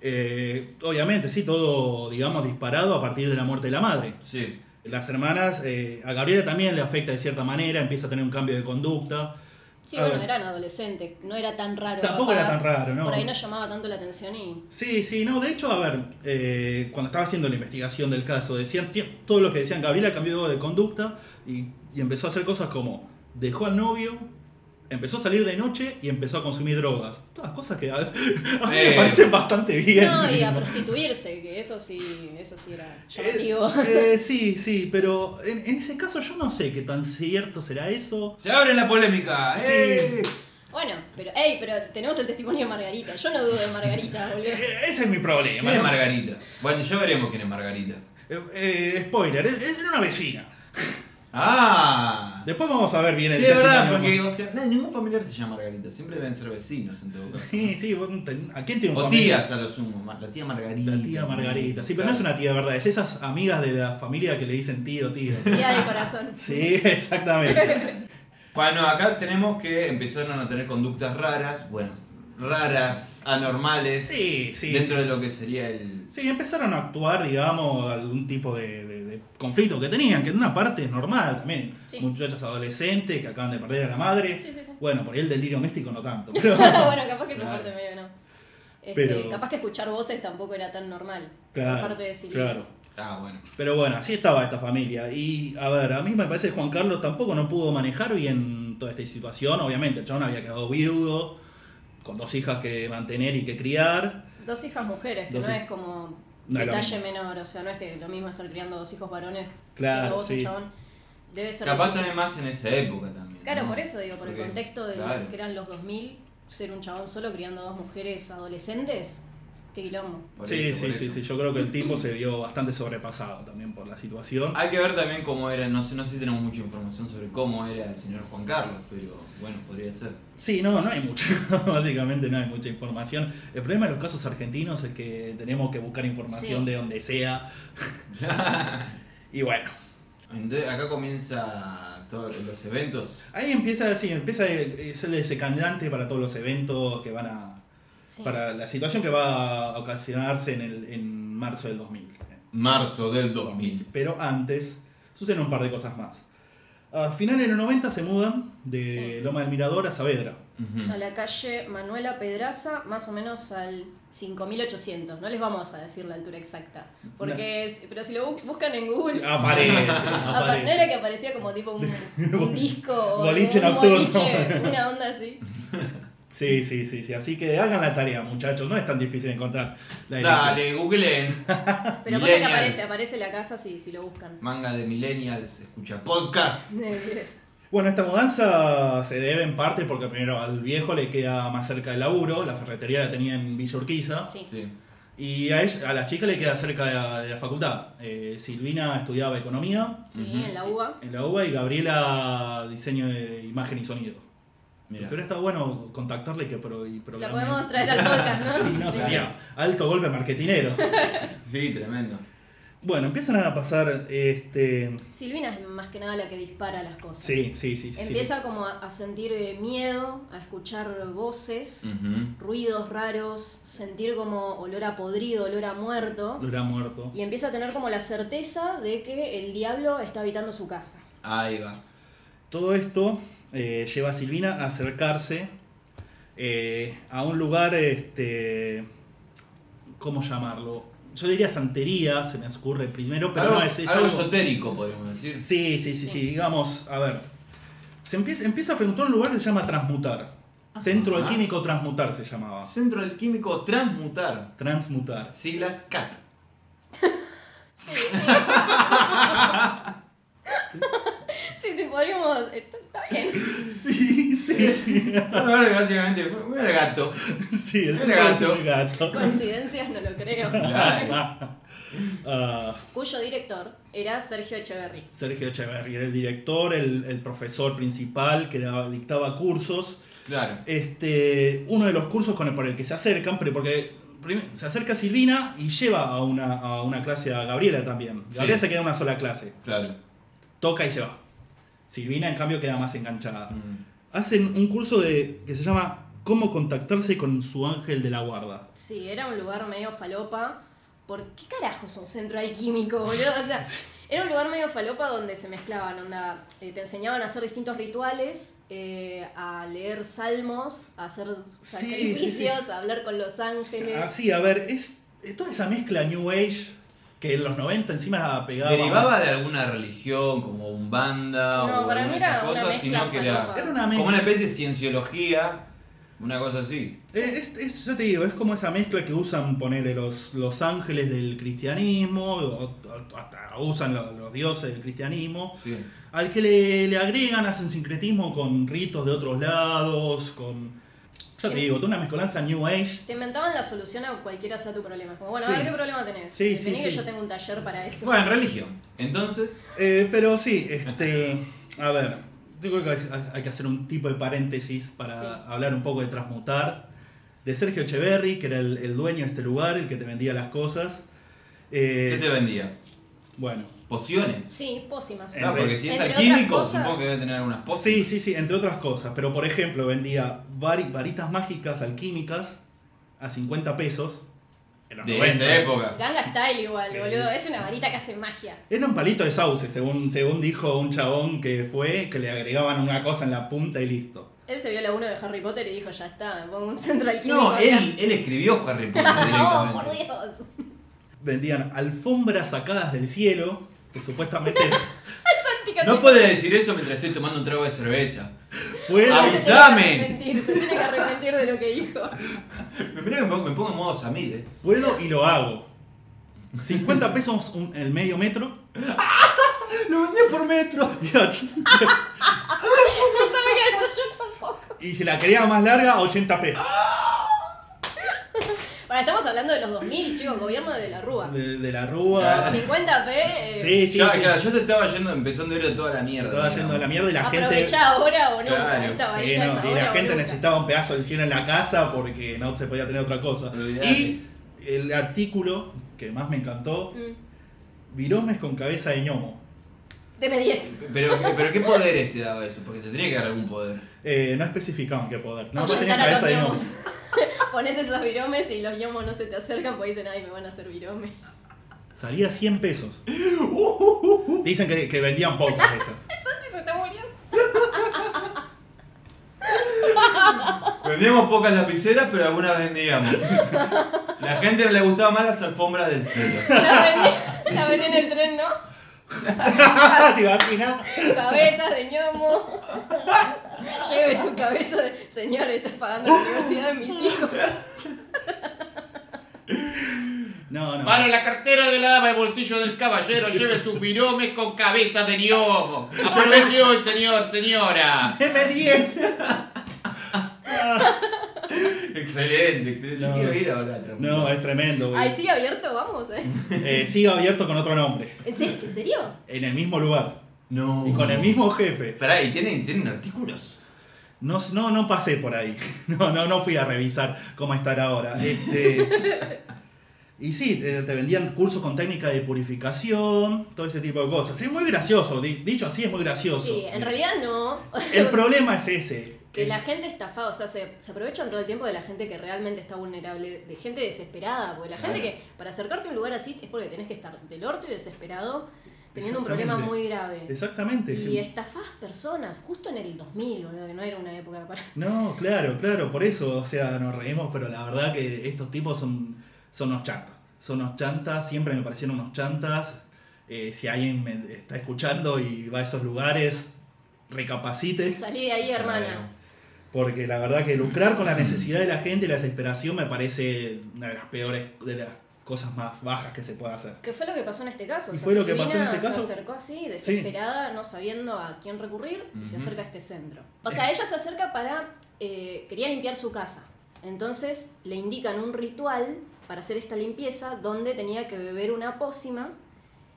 [SPEAKER 2] Eh, obviamente, sí, todo, digamos, disparado a partir de la muerte de la madre.
[SPEAKER 4] Sí.
[SPEAKER 2] Las hermanas, eh, a Gabriela también le afecta de cierta manera, empieza a tener un cambio de conducta.
[SPEAKER 3] Sí,
[SPEAKER 2] A
[SPEAKER 3] bueno,
[SPEAKER 2] ver.
[SPEAKER 3] eran adolescentes, no era tan raro.
[SPEAKER 2] Tampoco era tan
[SPEAKER 3] capaz.
[SPEAKER 2] raro, ¿no?
[SPEAKER 3] Por ahí no llamaba tanto la atención y.
[SPEAKER 2] Sí, sí, no, de hecho, a ver, eh, cuando estaba haciendo la investigación del caso, decían sí, todo lo que decían, Gabriela cambió de conducta y, y empezó a hacer cosas como dejó al novio, empezó a salir de noche y empezó a consumir drogas. Todas cosas que a, a mí me
[SPEAKER 4] Eh.
[SPEAKER 2] parecen bastante bien.
[SPEAKER 3] No, y a prostituirse, que eso sí, eso sí era llamativo.
[SPEAKER 2] Eh, eh, sí, sí, pero en, en ese caso yo no sé qué tan cierto será eso.
[SPEAKER 4] Se abre la polémica.
[SPEAKER 2] Sí.
[SPEAKER 4] ¡eh!
[SPEAKER 3] Bueno, pero, hey, pero tenemos el testimonio de Margarita. Yo no dudo de Margarita, boludo.
[SPEAKER 2] Eh, Ese es mi
[SPEAKER 4] ¿Quién
[SPEAKER 2] problema.
[SPEAKER 4] es
[SPEAKER 2] ¿no?
[SPEAKER 4] Margarita? Bueno, ya veremos quién es Margarita.
[SPEAKER 2] Eh, eh, spoiler, es- es- era una vecina.
[SPEAKER 4] Ah.
[SPEAKER 2] Después vamos a ver bien el
[SPEAKER 4] sí, es verdad,
[SPEAKER 2] testimonio.
[SPEAKER 4] porque, o sea, no, ningún familiar se llama Margarita, siempre deben ser vecinos en todo caso.
[SPEAKER 2] Sí, sí, vos no ten- ¿a quién tiene un
[SPEAKER 4] O
[SPEAKER 2] familiar?
[SPEAKER 4] tías a lo sumo, ma- la tía Margarita.
[SPEAKER 2] La tía Margarita. Sí, pero no es
[SPEAKER 4] Claro.
[SPEAKER 2] una tía, de ¿verdad? Es esas amigas de la familia que le dicen tío, tío.
[SPEAKER 3] Día de corazón.
[SPEAKER 2] Sí, exactamente.
[SPEAKER 4] Bueno, acá tenemos que empezaron a tener conductas raras, bueno, raras, anormales,
[SPEAKER 2] Sí, sí.
[SPEAKER 4] dentro de lo que sería el...
[SPEAKER 2] Sí, empezaron a actuar, digamos, algún tipo de, de- de conflicto que tenían, que en una parte es normal también.
[SPEAKER 3] Sí.
[SPEAKER 2] Muchachas adolescentes que acaban de perder a la madre.
[SPEAKER 3] Sí, sí, sí.
[SPEAKER 2] Bueno, por ahí el delirio místico no tanto. Pero,
[SPEAKER 3] bueno, capaz que se
[SPEAKER 4] Claro.
[SPEAKER 3] parte medio, ¿no? Este,
[SPEAKER 2] Pero-
[SPEAKER 3] Capaz que escuchar voces tampoco era tan normal.
[SPEAKER 2] claro,
[SPEAKER 3] Aparte de Silvia.
[SPEAKER 2] claro.
[SPEAKER 4] Ah, bueno.
[SPEAKER 2] Pero bueno, así estaba esta familia. Y a ver, a mí me parece que Juan Carlos tampoco no pudo manejar bien toda esta situación. Obviamente, el chabón había quedado viudo, con dos hijas que mantener y que criar.
[SPEAKER 3] Dos hijas mujeres, que
[SPEAKER 2] Dos
[SPEAKER 3] no
[SPEAKER 2] hij-
[SPEAKER 3] es como
[SPEAKER 2] No es lo
[SPEAKER 3] detalle menor, o sea, no es que lo mismo estar criando dos hijos varones,
[SPEAKER 2] Claro,
[SPEAKER 3] siendo vos
[SPEAKER 2] sí.
[SPEAKER 3] un chabón. Debe ser
[SPEAKER 4] Capaz
[SPEAKER 3] difícil.
[SPEAKER 4] también más en esa época también.
[SPEAKER 3] Claro,
[SPEAKER 4] ¿no?
[SPEAKER 3] por eso digo, por el
[SPEAKER 4] Porque,
[SPEAKER 3] contexto de lo
[SPEAKER 4] claro.
[SPEAKER 3] que eran los 2000, ser un chabón solo criando a dos mujeres adolescentes, qué quilombo.
[SPEAKER 4] Por
[SPEAKER 2] sí,
[SPEAKER 4] eso,
[SPEAKER 2] sí,
[SPEAKER 4] por
[SPEAKER 2] sí,
[SPEAKER 4] eso.
[SPEAKER 2] sí. Yo creo que el tipo se vio bastante sobrepasado también por la situación.
[SPEAKER 4] Hay que ver también cómo era, no sé, no sé si tenemos mucha información sobre cómo era el señor Juan Carlos, pero bueno, podría ser.
[SPEAKER 2] Sí, no, no hay mucha. Básicamente no hay mucha información. El problema de los casos argentinos es que tenemos que buscar información
[SPEAKER 3] Sí.
[SPEAKER 2] de donde sea. Y bueno,
[SPEAKER 4] Entonces, acá comienza todos los eventos.
[SPEAKER 2] ahí empieza así, empieza eh, es el desencadenante para todos los eventos que van a
[SPEAKER 3] Sí.
[SPEAKER 2] para la situación que va a ocasionarse en, el, en marzo del 2000.
[SPEAKER 4] Marzo del 2000.
[SPEAKER 2] Pero antes suceden un par de cosas más. A finales de los 90 se mudan de
[SPEAKER 3] Sí.
[SPEAKER 2] Loma del Mirador a Saavedra.
[SPEAKER 4] Ujú.
[SPEAKER 3] A la calle Manuela Pedraza, más o menos al 5800. No les vamos a decir la altura exacta. Porque es- pero si lo bu- buscan en Google,
[SPEAKER 2] Aparece,
[SPEAKER 3] apa- no era
[SPEAKER 2] Ah, aparece.
[SPEAKER 3] que aparecía como tipo un, un disco o
[SPEAKER 2] Boliche
[SPEAKER 3] un
[SPEAKER 2] nocturno.
[SPEAKER 3] boliche, una onda así.
[SPEAKER 2] Sí, sí, sí, sí. Así que hagan la tarea, muchachos. No es tan difícil encontrar la dirección.
[SPEAKER 4] Dale, googleen.
[SPEAKER 3] Pero aparte que
[SPEAKER 4] Millennials.
[SPEAKER 3] aparece, aparece la casa si, si lo buscan.
[SPEAKER 4] Manga de millennials, escucha podcast.
[SPEAKER 2] Bueno, esta mudanza se debe en parte porque primero al viejo le queda más cerca el laburo. La ferretería la tenía en Villa Urquiza.
[SPEAKER 3] sí.
[SPEAKER 4] Sí.
[SPEAKER 2] Y a, ella- a la chica le queda cerca de la, de la facultad. Eh, Silvina estudiaba economía
[SPEAKER 3] Sí,
[SPEAKER 4] Ujú.
[SPEAKER 3] en la UBA.
[SPEAKER 2] en la UBA y Gabriela diseño de imagen y sonido.
[SPEAKER 4] Mira.
[SPEAKER 2] Pero está bueno contactarle que pro, y
[SPEAKER 3] La
[SPEAKER 2] programar.
[SPEAKER 3] podemos traer al podcast, ¿no?
[SPEAKER 2] Sí, no, estaría alto golpe marketinero.
[SPEAKER 4] Sí, tremendo.
[SPEAKER 2] bueno, empiezan a pasar este
[SPEAKER 3] Silvina es más que nada la que dispara las cosas.
[SPEAKER 2] sí, sí, sí, sí.
[SPEAKER 3] Empieza como a, a sentir eh, miedo, a escuchar voces,
[SPEAKER 4] Ujú.
[SPEAKER 3] ruidos raros, sentir como olor a podrido, olor a muerto.
[SPEAKER 2] Lo era muerto.
[SPEAKER 3] Y empieza a tener como la certeza de que el diablo está habitando su casa.
[SPEAKER 4] Ahí va.
[SPEAKER 2] Todo esto eh, lleva a Silvina a acercarse eh, a un lugar, este, ¿cómo llamarlo? Yo diría santería, se me ocurre primero, pero
[SPEAKER 4] algo,
[SPEAKER 2] no es, es
[SPEAKER 4] algo
[SPEAKER 2] algo-
[SPEAKER 4] esotérico, podríamos decir.
[SPEAKER 2] Sí, sí, sí, sí, digamos, a ver. Se empieza, empieza frente a un lugar que se llama Transmutar. Centro
[SPEAKER 4] Ajá.
[SPEAKER 2] Alquímico Transmutar se llamaba.
[SPEAKER 4] Centro alquímico transmutar.
[SPEAKER 2] Transmutar.
[SPEAKER 4] Siglas CAT.
[SPEAKER 3] Sí, sí. sí, sí, podríamos. Está, está bien.
[SPEAKER 2] Sí, sí.
[SPEAKER 4] Ahora que básicamente fue fue el gato.
[SPEAKER 2] Sí, el
[SPEAKER 4] Era
[SPEAKER 2] centro
[SPEAKER 4] gato.
[SPEAKER 2] del gato.
[SPEAKER 3] Coincidencias no lo creo.
[SPEAKER 4] Claro.
[SPEAKER 2] Ah,
[SPEAKER 3] Cuyo director era Sergio Echeverry.
[SPEAKER 2] Sergio Echeverri era el director, el, el profesor principal que daba- dictaba cursos.
[SPEAKER 4] Claro.
[SPEAKER 2] Este, uno de los cursos con el, por el que se acercan, pero porque prim- se acerca Silvina y lleva a una, a una clase a Gabriela también.
[SPEAKER 4] Sí.
[SPEAKER 2] Gabriela se queda en una sola clase.
[SPEAKER 4] Claro.
[SPEAKER 2] toca y se va. Silvina, en cambio, queda más enganchada.
[SPEAKER 4] Mm.
[SPEAKER 2] Hacen un curso de que se llama Cómo contactarse con su ángel de la guarda.
[SPEAKER 3] Sí, era un lugar medio falopa. ¿Por qué carajo es un centro alquímico, boludo? O sea, Era un lugar medio falopa donde se mezclaban, onda, eh, te enseñaban a hacer distintos rituales, eh, a leer salmos, a hacer
[SPEAKER 2] Sí, Ah.
[SPEAKER 3] sacrificios,
[SPEAKER 2] sí,
[SPEAKER 3] a hablar con los ángeles.
[SPEAKER 2] Así, a ver, es, es toda esa mezcla New Age que en los 90 encima pegaba.
[SPEAKER 4] ¿Derivaba de alguna religión, como Umbanda
[SPEAKER 3] No,
[SPEAKER 4] o
[SPEAKER 3] para
[SPEAKER 4] alguna
[SPEAKER 3] mí
[SPEAKER 4] de esas
[SPEAKER 3] era una
[SPEAKER 4] cosas,
[SPEAKER 3] mezcla
[SPEAKER 4] sino que era
[SPEAKER 3] falopa.
[SPEAKER 2] Era una
[SPEAKER 4] como
[SPEAKER 2] mezcla.
[SPEAKER 4] una especie de cienciología, una cosa así?
[SPEAKER 2] Eh, Es, es- ya te digo, es como esa mezcla que usan, ponele, los, los ángeles del cristianismo, o- o- hasta usan lo- los, dioses del cristianismo,
[SPEAKER 4] Sí.
[SPEAKER 2] al que le, le agregan, hacen sincretismo con ritos de otros lados, con... Ya te
[SPEAKER 3] Sí.
[SPEAKER 2] digo, toda una mezcolanza New Age.
[SPEAKER 3] Te inventaban la solución a cualquiera sea tu problema. Como, bueno,
[SPEAKER 2] Sí.
[SPEAKER 3] a ver qué problema tenés.
[SPEAKER 2] Sí,
[SPEAKER 3] Vení
[SPEAKER 2] sí,
[SPEAKER 3] que
[SPEAKER 2] sí.
[SPEAKER 3] yo tengo un taller para eso.
[SPEAKER 4] Bueno, religión. Entonces,
[SPEAKER 2] Eh, pero sí, este, a ver, yo creo que hay, hay que hacer un tipo de paréntesis para
[SPEAKER 3] Sí.
[SPEAKER 2] hablar un poco de transmutar. De Sergio Echeverry, que era el, el dueño de este lugar, el que te vendía las cosas. Eh,
[SPEAKER 4] ¿qué te vendía?
[SPEAKER 2] Bueno,
[SPEAKER 4] Pociones.
[SPEAKER 3] Sí, pócimas.
[SPEAKER 2] Eh,
[SPEAKER 4] Ah, porque si es
[SPEAKER 3] Entre
[SPEAKER 4] alquímico,
[SPEAKER 3] otras cosas-
[SPEAKER 4] supongo que debe tener algunas pociones.
[SPEAKER 2] Sí, sí, sí, entre otras cosas. Pero por ejemplo, vendía vari- varitas mágicas alquímicas a 50 pesos. En los
[SPEAKER 4] De
[SPEAKER 2] 90.
[SPEAKER 4] esa época.
[SPEAKER 3] Ganga Style igual,
[SPEAKER 2] Sí.
[SPEAKER 3] boludo. Es una varita que hace magia.
[SPEAKER 2] Era un palito de sauce, según, según dijo un chabón que fue, que le agregaban una cosa en la punta y listo.
[SPEAKER 3] Él se vio la 1 de Harry Potter y dijo, ya está, me pongo un centro alquímico.
[SPEAKER 4] No,
[SPEAKER 3] acá".
[SPEAKER 4] él, él escribió Harry Potter
[SPEAKER 3] no, por
[SPEAKER 4] directamente.
[SPEAKER 3] Dios.
[SPEAKER 2] Vendían alfombras sacadas del cielo, que supuestamente
[SPEAKER 3] Santi
[SPEAKER 4] No puede decir eso mientras estoy tomando un trago de cerveza.
[SPEAKER 2] fue...
[SPEAKER 4] Ah,
[SPEAKER 3] Ahora
[SPEAKER 2] la-
[SPEAKER 3] se tiene que
[SPEAKER 4] ¡Avisame!
[SPEAKER 3] arrepentir, Se tiene que arrepentir de lo que dijo.
[SPEAKER 4] Mirá que me pongo, me pongo en modo Samid, eh.
[SPEAKER 2] Puedo y lo hago. 50 pesos un- el medio metro.
[SPEAKER 4] Lo vendió por metro.
[SPEAKER 2] y och-
[SPEAKER 3] No sabía eso yo tampoco.
[SPEAKER 2] Y si la quería más larga, 80 pesos.
[SPEAKER 3] Bueno, estamos hablando de los 2000, chicos, gobierno de la Rúa.
[SPEAKER 2] De, de la rúa.
[SPEAKER 3] 50p. eh,
[SPEAKER 2] Sí, sí,
[SPEAKER 4] ya,
[SPEAKER 2] sí.
[SPEAKER 4] claro, yo te estaba yendo, empezando a ir a toda la mierda.
[SPEAKER 2] Estaba yendo a la mierda y la gente.
[SPEAKER 3] Aprovecha ahora o nunca.
[SPEAKER 4] Claro,
[SPEAKER 3] esta
[SPEAKER 2] Sí,
[SPEAKER 3] varita
[SPEAKER 2] no,
[SPEAKER 3] es
[SPEAKER 2] y
[SPEAKER 3] ahora
[SPEAKER 2] la
[SPEAKER 3] o
[SPEAKER 2] gente
[SPEAKER 3] nunca.
[SPEAKER 2] necesitaba un pedazo de cielo en la casa porque no se podía tener otra cosa.
[SPEAKER 4] Olvidate.
[SPEAKER 2] Y el artículo que más me encantó,
[SPEAKER 3] Mm.
[SPEAKER 2] viromes con cabeza de ñomo.
[SPEAKER 3] Deme 10.
[SPEAKER 4] Pero, pero ¿qué poderes te daba eso? Porque tendría que dar algún poder.
[SPEAKER 2] Eh, no especificaban qué poder. No, yo tenía
[SPEAKER 3] Ahuyentar a
[SPEAKER 2] cabeza
[SPEAKER 3] los
[SPEAKER 2] de ñomo.
[SPEAKER 3] gnomos. Pones esos viromes y los yomos no se te acercan porque dicen, ay, me van a hacer virome.
[SPEAKER 2] Salía 100 pesos. Dicen que, que vendían pocas esas.
[SPEAKER 3] Santi se está muriendo.
[SPEAKER 4] Vendíamos pocas lapiceras, pero algunas vendíamos. La gente le gustaba más las alfombras del cielo.
[SPEAKER 3] La vendí, la vendí en el tren, ¿no?
[SPEAKER 2] ¿Te imaginas?
[SPEAKER 3] Cabezas de ñomo. Lleve su cabeza de. Señor, estás pagando la universidad de mis hijos.
[SPEAKER 2] No, no.
[SPEAKER 1] Para la cartera de la dama, el bolsillo del caballero, lleve sus viromes con cabeza de niomo. Aproveche hoy, señor, señora.
[SPEAKER 2] M10.
[SPEAKER 4] Excelente, excelente.
[SPEAKER 2] No.
[SPEAKER 4] Yo quiero ir ahora a otra.
[SPEAKER 2] No, eh. es tremendo. güey.
[SPEAKER 3] Ahí sigue abierto, vamos, ¿eh?
[SPEAKER 2] Eh, sigue abierto con otro nombre.
[SPEAKER 3] ¿En serio? ¿En serio?
[SPEAKER 2] En el mismo lugar.
[SPEAKER 4] No.
[SPEAKER 2] Y con
[SPEAKER 3] Oh.
[SPEAKER 2] el mismo jefe.
[SPEAKER 4] Pará, ¿y tienen, tienen artículos?
[SPEAKER 2] No, no, no pasé por ahí. No, no, no fui a revisar cómo estar ahora. Este, y sí, eh, te vendían cursos con técnica de purificación, todo ese tipo de cosas. Es muy gracioso, di- dicho así es muy gracioso.
[SPEAKER 3] Sí, en realidad no.
[SPEAKER 2] El problema es ese.
[SPEAKER 3] Que
[SPEAKER 2] Es-
[SPEAKER 3] la gente estafada, o sea, se, se aprovechan todo el tiempo de la gente que realmente está vulnerable, de gente desesperada, porque la gente
[SPEAKER 4] Claro.
[SPEAKER 3] que para acercarte a un lugar así es porque tenés que estar del orto y desesperado, teniendo un problema
[SPEAKER 2] Exactamente.
[SPEAKER 3] muy grave.
[SPEAKER 2] Exactamente.
[SPEAKER 3] Y estafás personas, justo en el 2000, boludo, que no era una época para...
[SPEAKER 2] No, claro, claro, por eso, o sea, nos reímos, pero la verdad que estos tipos son, son unos chantas. Son unos chantas, siempre me parecieron unos chantas. Eh, si alguien me está escuchando y va a esos lugares, recapacite.
[SPEAKER 3] Salí de ahí, hermana.
[SPEAKER 2] Porque la verdad que lucrar con la necesidad de la gente y la desesperación me parece una de las peores, de las cosas más bajas que se puede hacer.
[SPEAKER 3] ¿Qué fue lo que pasó en este caso?
[SPEAKER 2] Y fue lo que pasó en
[SPEAKER 3] Silvina
[SPEAKER 2] este caso.
[SPEAKER 3] Se acercó así, desesperada, no sabiendo a quién recurrir, y se
[SPEAKER 4] Ujú.
[SPEAKER 3] acerca a este centro. O
[SPEAKER 2] Eh.
[SPEAKER 3] sea, ella se acerca para. eh, quería limpiar su casa. Entonces le indican un ritual para hacer esta limpieza donde tenía que beber una pócima,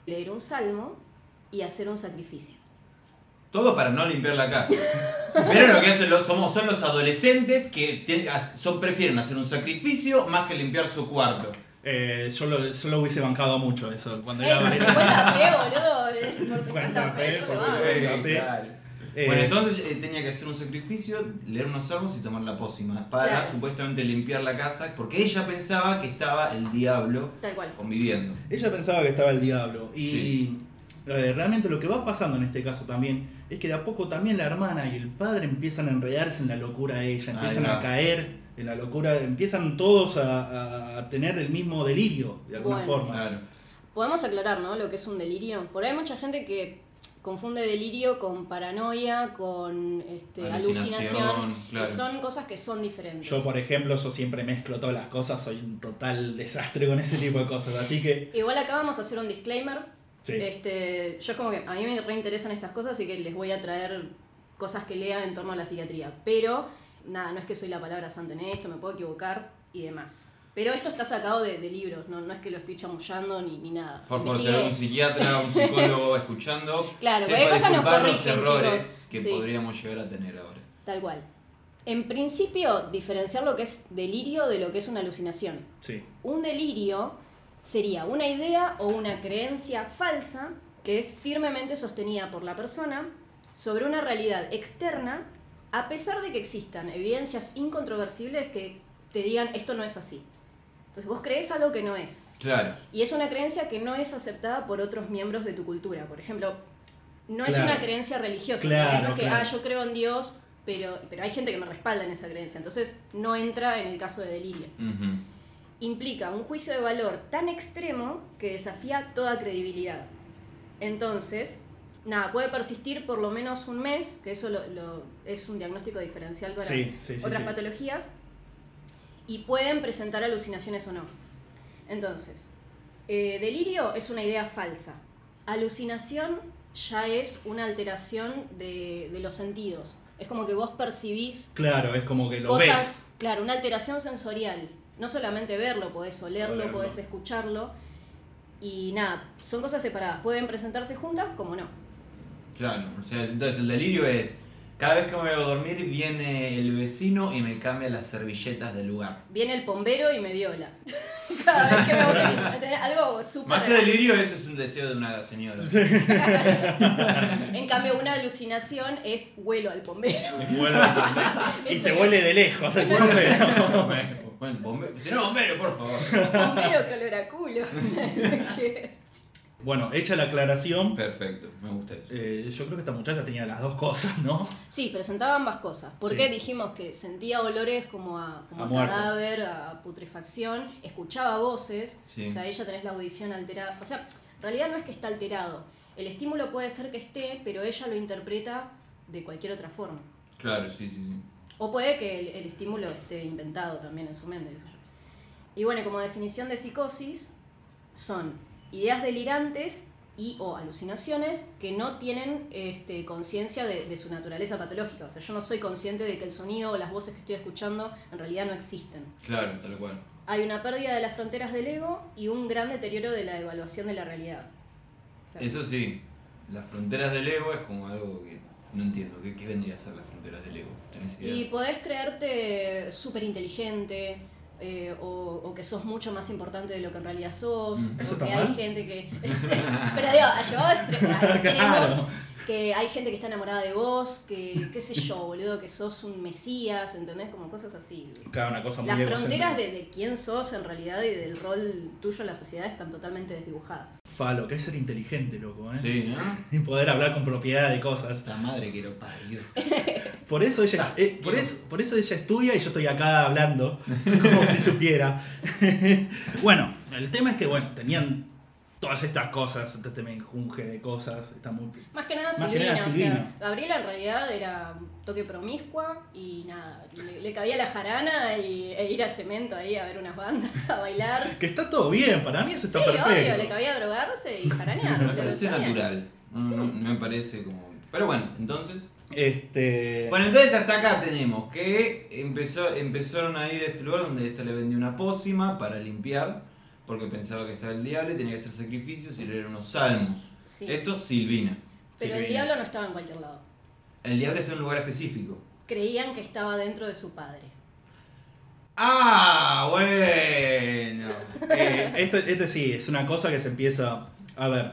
[SPEAKER 3] leer un salmo y hacer un sacrificio.
[SPEAKER 4] Todo para no limpiar la casa. Pero lo que hacen los, somos, son los adolescentes que tienen- as- son, prefieren hacer un sacrificio más que limpiar su cuarto.
[SPEAKER 2] Eh, yo, lo, yo lo hubiese bancado mucho eso. Cuando
[SPEAKER 3] ¡Eh,
[SPEAKER 2] era
[SPEAKER 3] por
[SPEAKER 2] adolescente.
[SPEAKER 3] 50 p, boludo! eh,
[SPEAKER 2] 50
[SPEAKER 3] Por 50
[SPEAKER 2] P,
[SPEAKER 3] p, yo
[SPEAKER 2] por
[SPEAKER 3] lo
[SPEAKER 2] Ah,
[SPEAKER 3] banco.
[SPEAKER 2] supuesto.
[SPEAKER 4] Eh,
[SPEAKER 2] bien.
[SPEAKER 4] claro.
[SPEAKER 2] Eh,
[SPEAKER 4] Bueno, entonces eh, tenía que hacer un sacrificio, leer unos salmos y tomar la pócima para
[SPEAKER 3] Claro.
[SPEAKER 4] supuestamente limpiar la casa, porque ella pensaba que estaba el diablo
[SPEAKER 3] Tal cual.
[SPEAKER 4] conviviendo.
[SPEAKER 2] Ella pensaba que estaba el diablo. Y
[SPEAKER 4] Sí.
[SPEAKER 2] eh, realmente lo que va pasando en este caso también es que de a poco también la hermana y el padre empiezan a enredarse en la locura de ella,
[SPEAKER 4] Ahí
[SPEAKER 2] empiezan
[SPEAKER 4] va.
[SPEAKER 2] a caer en la locura, empiezan todos a, a- a tener el mismo delirio de alguna
[SPEAKER 3] Bueno.
[SPEAKER 2] forma.
[SPEAKER 4] Claro.
[SPEAKER 3] Podemos aclarar, ¿no? Lo que es un delirio. Por ahí hay mucha gente que confunde delirio con paranoia, con este,
[SPEAKER 4] Alucinación,
[SPEAKER 3] alucinación.
[SPEAKER 4] claro.
[SPEAKER 3] Y son cosas que son diferentes.
[SPEAKER 2] Yo, por ejemplo, yo siempre mezclo todas las cosas, soy un total desastre con ese tipo de cosas, así que...
[SPEAKER 3] Igual acá vamos a hacer un disclaimer.
[SPEAKER 2] sí.
[SPEAKER 3] Este, yo es como que a mí me reinteresan estas cosas, así que les voy a traer cosas que lea en torno a la psiquiatría. Pero, nada, no es que soy la palabra santa en esto, me puedo equivocar y demás. Pero esto está sacado de, de libros, no, no es que lo estoy chamullando ni, ni nada.
[SPEAKER 4] Por favor, si hay
[SPEAKER 3] Investigué.
[SPEAKER 4] algún psiquiatra, un psicólogo escuchando,
[SPEAKER 3] Claro,
[SPEAKER 4] sepa
[SPEAKER 3] cualquier cosa nos
[SPEAKER 4] disculpar los
[SPEAKER 3] corrigen,
[SPEAKER 4] errores
[SPEAKER 3] chicos.
[SPEAKER 4] que
[SPEAKER 3] Sí.
[SPEAKER 4] podríamos llegar a tener ahora.
[SPEAKER 3] Tal cual. En principio, diferenciar lo que es delirio de lo que es una alucinación.
[SPEAKER 2] Sí.
[SPEAKER 3] Un delirio sería una idea o una creencia falsa que es firmemente sostenida por la persona sobre una realidad externa, a pesar de que existan evidencias incontroversibles que te digan esto no es así. Entonces vos crees algo que no es.
[SPEAKER 4] Claro.
[SPEAKER 3] Y es una creencia que no es aceptada por otros miembros de tu cultura. Por ejemplo, no es
[SPEAKER 2] Claro.
[SPEAKER 3] una creencia religiosa.
[SPEAKER 2] Claro,
[SPEAKER 3] porque no es que,
[SPEAKER 2] claro.
[SPEAKER 3] ah, yo creo en Dios, pero, pero hay gente que me respalda en esa creencia. Entonces, no entra en el caso de delirio.
[SPEAKER 4] Ujú.
[SPEAKER 3] Implica un juicio de valor tan extremo que desafía toda credibilidad. Entonces, nada, puede persistir por lo menos un mes, que eso lo- lo- es un diagnóstico diferencial para
[SPEAKER 2] Sí, sí, sí,
[SPEAKER 3] otras
[SPEAKER 2] sí.
[SPEAKER 3] patologías, y pueden presentar alucinaciones o no. Entonces, eh, delirio es una idea falsa. Alucinación ya es una alteración de, de los sentidos. Es como que vos percibís
[SPEAKER 2] Claro, es como que lo ves.
[SPEAKER 3] cosas, claro, una alteración sensorial. No solamente verlo, podés olerlo,
[SPEAKER 2] Olerlo.
[SPEAKER 3] podés escucharlo. Y nada, son cosas separadas. Pueden presentarse juntas como no.
[SPEAKER 4] Claro, o sea, entonces el delirio es, cada vez que me voy a dormir viene el vecino y me cambia las servilletas del lugar.
[SPEAKER 3] Viene el bombero y me viola. Cada vez que me voy. ¿entendés? Algo súper.
[SPEAKER 4] Más que delirio, ese es un deseo de una señora.
[SPEAKER 3] En cambio, una alucinación es huelo al bombero.
[SPEAKER 2] Vuelve a- y se huele de lejos. el
[SPEAKER 3] Claro.
[SPEAKER 2] bombero.
[SPEAKER 4] Bueno, bombero, si no, bombero, por favor.
[SPEAKER 3] Bombero que olor a culo. Que-
[SPEAKER 2] Bueno, hecha la aclaración,
[SPEAKER 4] Perfecto, me gusta eso.
[SPEAKER 2] eh, yo creo que esta muchacha tenía las dos cosas, ¿no?
[SPEAKER 3] sí, presentaba ambas cosas. Porque
[SPEAKER 2] Sí.
[SPEAKER 3] dijimos que sentía olores como a, como
[SPEAKER 2] A
[SPEAKER 3] a
[SPEAKER 2] muerto.
[SPEAKER 3] cadáver, a putrefacción, escuchaba voces.
[SPEAKER 4] Sí.
[SPEAKER 3] O sea, ella tenés la audición alterada. O sea, en realidad no es que está alterado. El estímulo puede ser que esté, pero ella lo interpreta de cualquier otra forma.
[SPEAKER 4] Claro, sí, sí, sí.
[SPEAKER 3] O puede que el, el estímulo esté inventado también en su mente. qué sé yo. Y bueno, como definición de psicosis, son ideas delirantes y o alucinaciones que no tienen este, conciencia de, de su naturaleza patológica. O sea, yo no soy consciente de que el sonido o las voces que estoy escuchando en realidad no existen.
[SPEAKER 4] Claro, tal cual.
[SPEAKER 3] Hay una pérdida de las fronteras del ego y un gran deterioro de la evaluación de la realidad. O sea,
[SPEAKER 4] Eso sí, las fronteras del ego es como algo que no entiendo. ¿Qué, qué vendría a ser las fronteras del ego? ¿Tenés idea?
[SPEAKER 3] Y podés creerte súper inteligente eh, o, o que sos mucho más importante de lo que en realidad sos.
[SPEAKER 4] Mm.
[SPEAKER 2] ¿Eso
[SPEAKER 3] o
[SPEAKER 2] está
[SPEAKER 3] que
[SPEAKER 2] mal?
[SPEAKER 3] hay gente que. Pero digo, ha llevado a extre- a extremos.
[SPEAKER 2] Claro.
[SPEAKER 3] Que hay gente que está enamorada de vos, que qué sé yo, boludo, que sos un mesías, ¿entendés? Como cosas así.
[SPEAKER 2] Claro, una cosa muy
[SPEAKER 3] Las
[SPEAKER 2] egocéntrica.
[SPEAKER 3] fronteras de, de quién sos en realidad y del rol tuyo en la sociedad están totalmente desdibujadas.
[SPEAKER 2] Falo, que es ser inteligente, loco, ¿eh?
[SPEAKER 4] Sí, ¿no?
[SPEAKER 2] Y poder hablar con propiedad de cosas.
[SPEAKER 4] La madre quiero parir.
[SPEAKER 2] Por eso ella,
[SPEAKER 4] Ah,
[SPEAKER 2] eh, por
[SPEAKER 4] bueno.
[SPEAKER 2] eso, por eso ella estudia y yo estoy acá hablando, como si supiera. bueno, el tema es que, bueno, tenían todas estas cosas, este me enjunge de cosas, está muy...
[SPEAKER 3] Más que nada
[SPEAKER 2] Más que
[SPEAKER 3] Silvina,
[SPEAKER 2] nada
[SPEAKER 3] o
[SPEAKER 2] Silvina.
[SPEAKER 3] sea, Gabriela en realidad era un toque promiscua y nada, le, le cabía la jarana y, e ir a cemento ahí a ver unas bandas, a bailar.
[SPEAKER 2] Que está todo bien, para mí eso
[SPEAKER 3] Sí,
[SPEAKER 2] está perfecto.
[SPEAKER 3] obvio, le cabía drogarse y jaranear.
[SPEAKER 4] Me
[SPEAKER 3] boludo,
[SPEAKER 4] parece
[SPEAKER 3] está bien.
[SPEAKER 4] natural. No, no, no me parece como. Pero bueno, entonces.
[SPEAKER 2] Este...
[SPEAKER 4] Bueno, entonces hasta acá tenemos que empezó, empezaron a ir a este lugar donde esta le vendió una pócima para limpiar, porque pensaba que estaba el diablo y tenía que hacer sacrificios y leer unos salmos.
[SPEAKER 3] Sí,
[SPEAKER 4] Esto, Silvina.
[SPEAKER 3] pero el
[SPEAKER 2] Silvina.
[SPEAKER 3] diablo no estaba en cualquier lado.
[SPEAKER 4] El diablo está en un lugar específico.
[SPEAKER 3] Creían que estaba dentro de su padre.
[SPEAKER 4] ¡Ah! Bueno.
[SPEAKER 2] Eh, este, este sí, es una cosa que se empieza. A ver,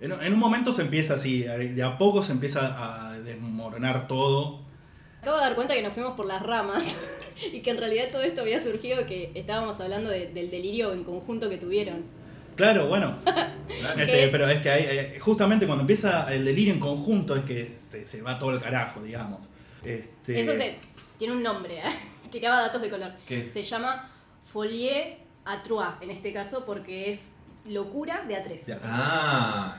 [SPEAKER 2] en, en un momento se empieza así, eh, de a poco se empieza a desmoronar todo.
[SPEAKER 3] Acabo de dar cuenta que nos fuimos por las ramas y que en realidad todo esto había surgido que estábamos hablando de- del delirio en conjunto que tuvieron.
[SPEAKER 2] Claro, bueno,
[SPEAKER 4] claro.
[SPEAKER 2] Este,
[SPEAKER 3] Eh.
[SPEAKER 2] pero es que hay- eh, justamente cuando empieza el delirio en conjunto es que se, se va todo el carajo, digamos. Este,
[SPEAKER 3] Eso se, tiene un nombre, ¿eh? tiraba datos de color.
[SPEAKER 4] ¿Qué?
[SPEAKER 3] Se llama Folie à trois, en este caso, porque es locura de a tres.
[SPEAKER 2] Ya.
[SPEAKER 4] Ah.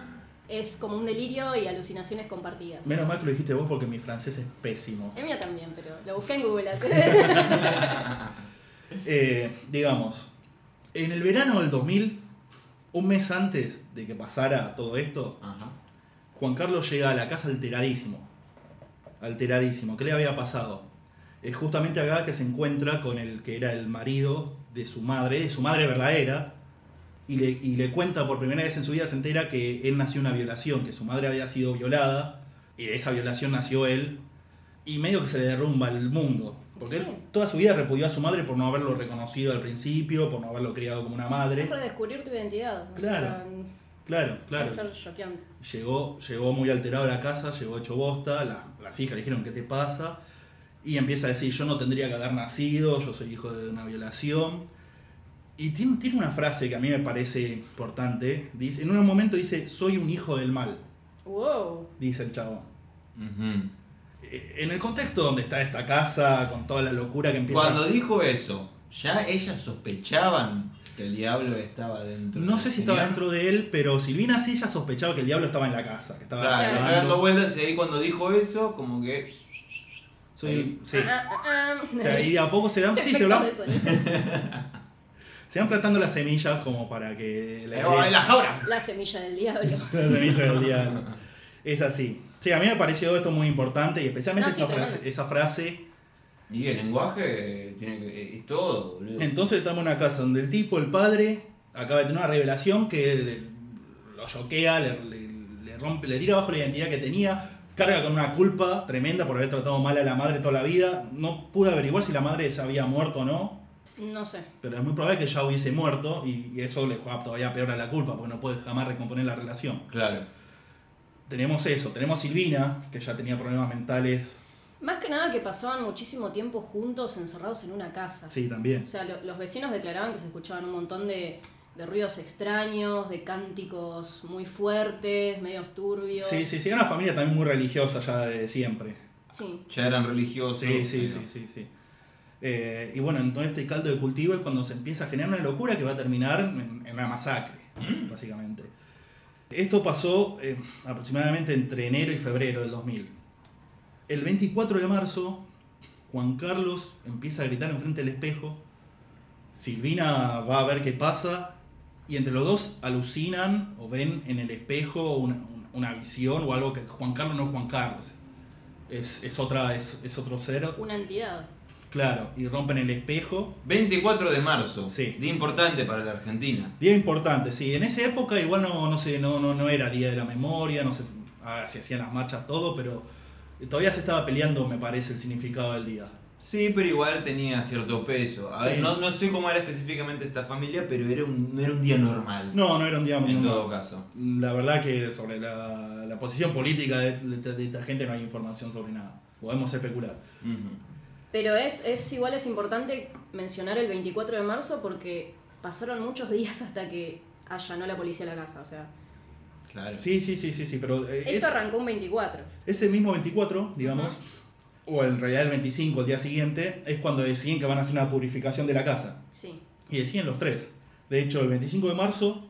[SPEAKER 3] Es como un delirio y alucinaciones compartidas.
[SPEAKER 2] Menos mal que lo dijiste vos porque mi francés es pésimo.
[SPEAKER 3] El mío también, pero lo busqué en Google antes.
[SPEAKER 2] Eh, digamos, en el verano del 2000, un mes antes de que pasara todo esto,
[SPEAKER 4] Ajá.
[SPEAKER 2] Juan Carlos llega a la casa alteradísimo. Alteradísimo. ¿Qué le había pasado? Es justamente acá que se encuentra con el que era el marido de su madre, de su madre verdadera, y le, y le cuenta por primera vez en su vida, se entera que él nació en una violación, que su madre había sido violada, y de esa violación nació él, y medio que se le derrumba el mundo. Porque él
[SPEAKER 3] Sí.
[SPEAKER 2] toda su vida repudió a su madre por no haberlo reconocido al principio, por no haberlo criado como una madre.
[SPEAKER 3] es redescubrir tu identidad. o
[SPEAKER 2] Claro,
[SPEAKER 3] sea,
[SPEAKER 2] Claro,
[SPEAKER 3] puede
[SPEAKER 2] claro.
[SPEAKER 3] ser choqueante.
[SPEAKER 2] Llegó, llegó muy alterado a la casa, llegó hecho bosta, la- las hijas le dijeron, ¿qué te pasa? Y empieza a decir, yo no tendría que haber nacido, yo soy hijo de una violación. Y tiene, tiene una frase que a mí me parece importante. Dice, en un momento dice, soy un hijo del mal,
[SPEAKER 3] Wow.
[SPEAKER 2] dice el chabón.
[SPEAKER 4] Ujú.
[SPEAKER 2] Eh, En el contexto donde está esta casa, con toda la locura que empieza...
[SPEAKER 4] Cuando dijo eso, ¿ya ellas sospechaban que el diablo estaba dentro?
[SPEAKER 2] No
[SPEAKER 4] del
[SPEAKER 2] sé si estaba
[SPEAKER 4] señor?
[SPEAKER 2] dentro de él, pero Silvina sí ya sospechaba que el diablo estaba en la casa, que estaba
[SPEAKER 4] Claro,
[SPEAKER 3] Claro.
[SPEAKER 4] estaba
[SPEAKER 2] grabando.
[SPEAKER 4] dando vueltas y ahí cuando dijo eso, como que.
[SPEAKER 2] Soy- sí.
[SPEAKER 3] Ah, ah, ah.
[SPEAKER 2] O sea, y de a poco se dan... Sí, se
[SPEAKER 3] Efectos
[SPEAKER 2] van,
[SPEAKER 3] de sonido.
[SPEAKER 2] Se van plantando las semillas como para que la,
[SPEAKER 4] "Ahí va, en la jaula!
[SPEAKER 3] La semilla del diablo.
[SPEAKER 2] la semilla del diablo. Es así. Sí, a mí me pareció esto muy importante y especialmente
[SPEAKER 3] No, sí,
[SPEAKER 2] esa,
[SPEAKER 3] tremendo.
[SPEAKER 2] frase, esa frase.
[SPEAKER 4] Y el lenguaje tiene que, eh, es todo, boludo.
[SPEAKER 2] Entonces estamos en una casa donde el tipo, el padre, acaba de tener una revelación que le- lo choquea, le, le- le rompe, le tira abajo la identidad que tenía, carga con una culpa tremenda por haber tratado mal a la madre toda la vida. No pude averiguar si la madre se había muerto o no.
[SPEAKER 3] No sé.
[SPEAKER 2] Pero es muy probable que ya hubiese muerto y, y eso le juega todavía peor a la culpa, porque no puede jamás recomponer la relación.
[SPEAKER 4] Claro.
[SPEAKER 2] tenemos eso, tenemos Silvina, que ya tenía problemas mentales,
[SPEAKER 3] Más que nada que pasaban muchísimo tiempo juntos, encerrados en una casa.
[SPEAKER 2] sí, también.
[SPEAKER 3] O sea, lo- los vecinos declaraban que se escuchaban un montón de, de ruidos extraños, de cánticos muy fuertes, medios turbios.
[SPEAKER 2] Sí, sí, sí, era una familia también muy religiosa ya de siempre.
[SPEAKER 3] Sí.
[SPEAKER 4] Ya eran religiosos.
[SPEAKER 2] Sí, sí,
[SPEAKER 4] pero-
[SPEAKER 2] sí, sí, sí. Eh, y bueno, entonces este caldo de cultivo es cuando se empieza a generar una locura que va a terminar en, en una masacre, básicamente. Esto pasó eh, aproximadamente entre enero y febrero del 2000. El 24 de marzo, Juan Carlos empieza a gritar enfrente del espejo. Silvina va a ver qué pasa. Y entre los dos alucinan o ven en el espejo una, una- una visión o algo que Juan Carlos no es Juan Carlos. Es, es otra, es, es otro cero.
[SPEAKER 3] Una entidad.
[SPEAKER 2] Claro, y rompen el espejo.
[SPEAKER 4] 24 de marzo.
[SPEAKER 2] Sí.
[SPEAKER 4] Día importante para la Argentina.
[SPEAKER 2] Día importante, sí. En esa época igual no, no, sé, no, no, no era Día de la Memoria, no sé, ah, se hacían las marchas, todo, pero todavía se estaba peleando, me parece, el significado del día.
[SPEAKER 4] Sí, pero igual tenía cierto peso. A ver,
[SPEAKER 2] Sí.
[SPEAKER 4] no, no sé cómo era específicamente esta familia, pero era un, no era un día normal.
[SPEAKER 2] No, no era un día
[SPEAKER 4] en
[SPEAKER 2] normal.
[SPEAKER 4] todo caso.
[SPEAKER 2] La verdad que sobre la, la posición política de, de- de esta gente no hay información sobre nada. Podemos especular.
[SPEAKER 4] Ujú.
[SPEAKER 3] Pero es, es igual es importante mencionar el 24 de marzo porque pasaron muchos días hasta que allanó la policía la casa. O sea,
[SPEAKER 4] Claro.
[SPEAKER 2] Sí, sí, sí, sí, sí, pero eh,
[SPEAKER 3] esto arrancó un 24.
[SPEAKER 2] ese mismo 24, digamos, o en realidad el 25, el día siguiente, es cuando deciden que van a hacer una purificación de la casa.
[SPEAKER 3] Sí.
[SPEAKER 2] Y decían los tres. De hecho, el 25 de marzo,